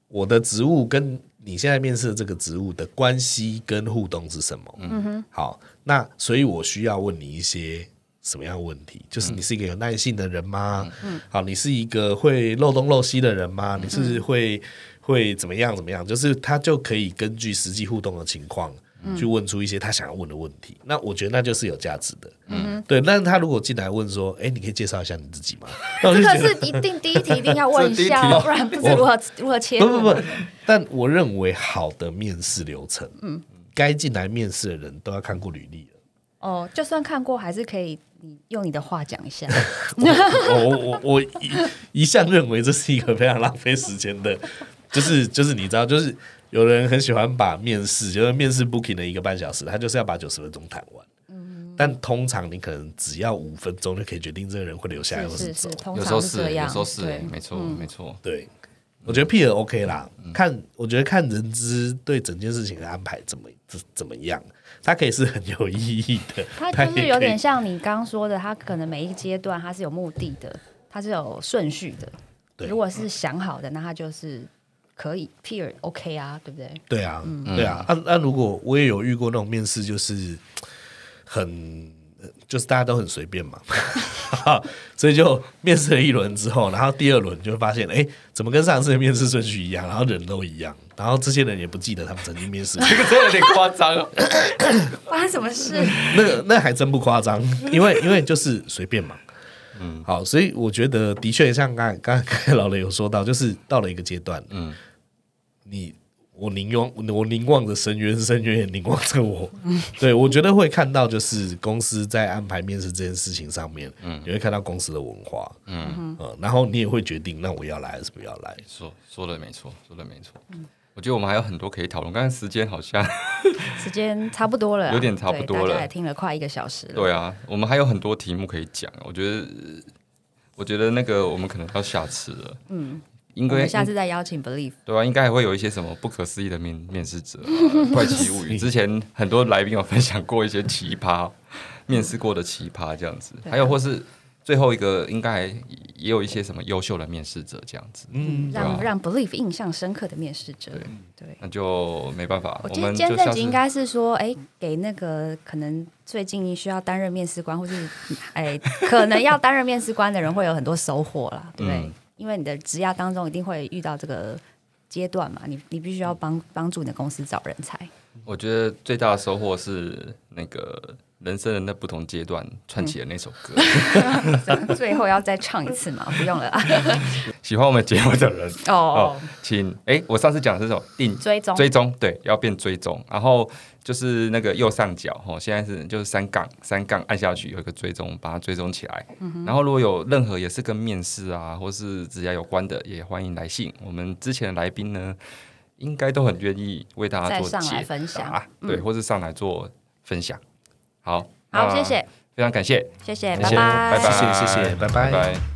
A: 我的职务跟你现在面试的这个职务的关系跟互动是什么？嗯哼，好，那所以我需要问你一些什么样的问题？就是你是一个有耐性的人吗？嗯，好，你是一个会漏东漏西的人吗？你是会会怎么样怎么样？就是他就可以根据实际互动的情况。去问出一些他想要问的问题，那我觉得那就是有价值的，嗯，对。但是他如果进来问说，哎、你可以介绍一下你自己吗？那我
B: 这
A: 就觉
B: 个
A: 得
B: 是一定第一题一定要问 一
C: 这第一题
B: 下
C: 哦
B: 哦，不然不知如何如何 切
A: 不
B: 入。
A: 不不，但我认为好的面试流程，嗯，该进来面试的人都要看过履历了。
B: 哦，就算看过，还是可以你用你的话讲一下。
A: 我我我我一一向认为这是一个非常浪费时间的， 就是就是你知道，就是有人很喜欢把面试，就是面试 booking 的一个半小时，他就是要把九十分钟谈完。
B: 嗯
A: 但通常你可能只要五分钟就可以决定这个人会留下来
B: 是
A: 或
B: 是
A: 走
B: 是，。通
C: 有时
B: 常
C: 候
B: 是
C: 是
B: 这
C: 欸，
B: 样，
C: 有时候是欸，
B: 对嗯
C: 没错，没错。
A: 对，我觉得 P 尔 OK 啦，看我觉得看人资对整件事情的安排怎么怎怎么样，它可以是很有意义的，
B: 它
A: 它
B: 就是
A: 也
B: 有
A: 可以
B: 点像你刚刚说的，它可能每一个阶段它是有目的的，它是有顺序的。
A: 对
B: 如果是想好的，那它就是可以 peer OK 啊，对不对？
A: 对啊，
B: 嗯
A: 对啊，那、那、如果我也有遇过那种面试，就是很就是大家都很随便嘛，所以就面试了一轮之后，然后第二轮就发现，哎、怎么跟上次的面试顺序一样，然后人都一样，然后这些人也不记得他们曾经面试过，
C: 这个真的有点夸张哦。
B: 发生什么事？
A: 那个那还真不夸张，因为因为就是随便嘛。嗯，好，所以我觉得的确像刚才刚才老雷有说到，就是到了一个阶段，嗯，你我凝望我凝望着深渊，深渊也凝望着我，对我觉得会看到就是公司在安排面试这件事情上面，嗯，你会看到公司的文化，嗯、呃、然后你也会决定那我要来还是不要来，
C: 说说的没错，说的没错。
B: 嗯
C: 我觉得我们还有很多可以讨论，刚才时间好 像
B: 时间差不多了啊，
C: 有点差不
B: 对
C: 多
B: 大
C: 了
B: 家也听了快一个小时了。
C: 对啊，我们还有很多题目可以讲。啊我觉得，我觉得那个我们可能要下次了。嗯，应
B: 我
C: 该
B: 们下次再邀请 Believe。
C: 对啊，应该还会有一些什么不可思议的面面试者、啊，怪奇物语。之前很多来宾有分享过一些奇葩面试过的奇葩这样子，
B: 啊
C: 还有或是最后一个应该还也有一些什么优秀的面试者这样子。嗯，对
B: 让
C: 啊，
B: 让 Believe 印象深刻的面试者，对，
C: 那就没办法，我
B: 我今天
C: 们
B: 今
C: 就
B: 天这
C: 下
B: 集
C: 次
B: 应该是说，哎，给那个可能最近需要担任面试官，或是 哎可能要担任面试官的人，会有很多收获啦，对不对？
C: 嗯
B: 因为你的职涯当中一定会遇到这个阶段嘛，你你必须要帮帮助你的公司找人才，
C: 我觉得最大的收获是那个人生的那不同阶段串起的那首 歌。
B: 最后要再唱一 次嘛，不用了 啊
C: 喜欢我们节目的人
B: 哦
C: 哦，，请哎，我上次讲的是什么？定
B: 追踪
C: 追踪，对，要变追踪。然后就是那个右上角哦，现在是就是三杠三杠按下去有一个追踪，把它追踪起来。
B: 嗯
C: 然后如果有任何也是跟面试啊或是职涯有关的，也欢迎来信。我们之前的来宾呢，应该都很愿意为大家
B: 再
C: 做
B: 上来
C: 解
B: 分享，
C: 答，
B: 嗯
C: 对，或是上来做分享。好，
B: 好，
C: 那
B: 谢谢
C: 非常感谢，
B: 谢谢，
C: 谢谢，拜
A: 谢谢谢谢拜拜
C: 拜拜。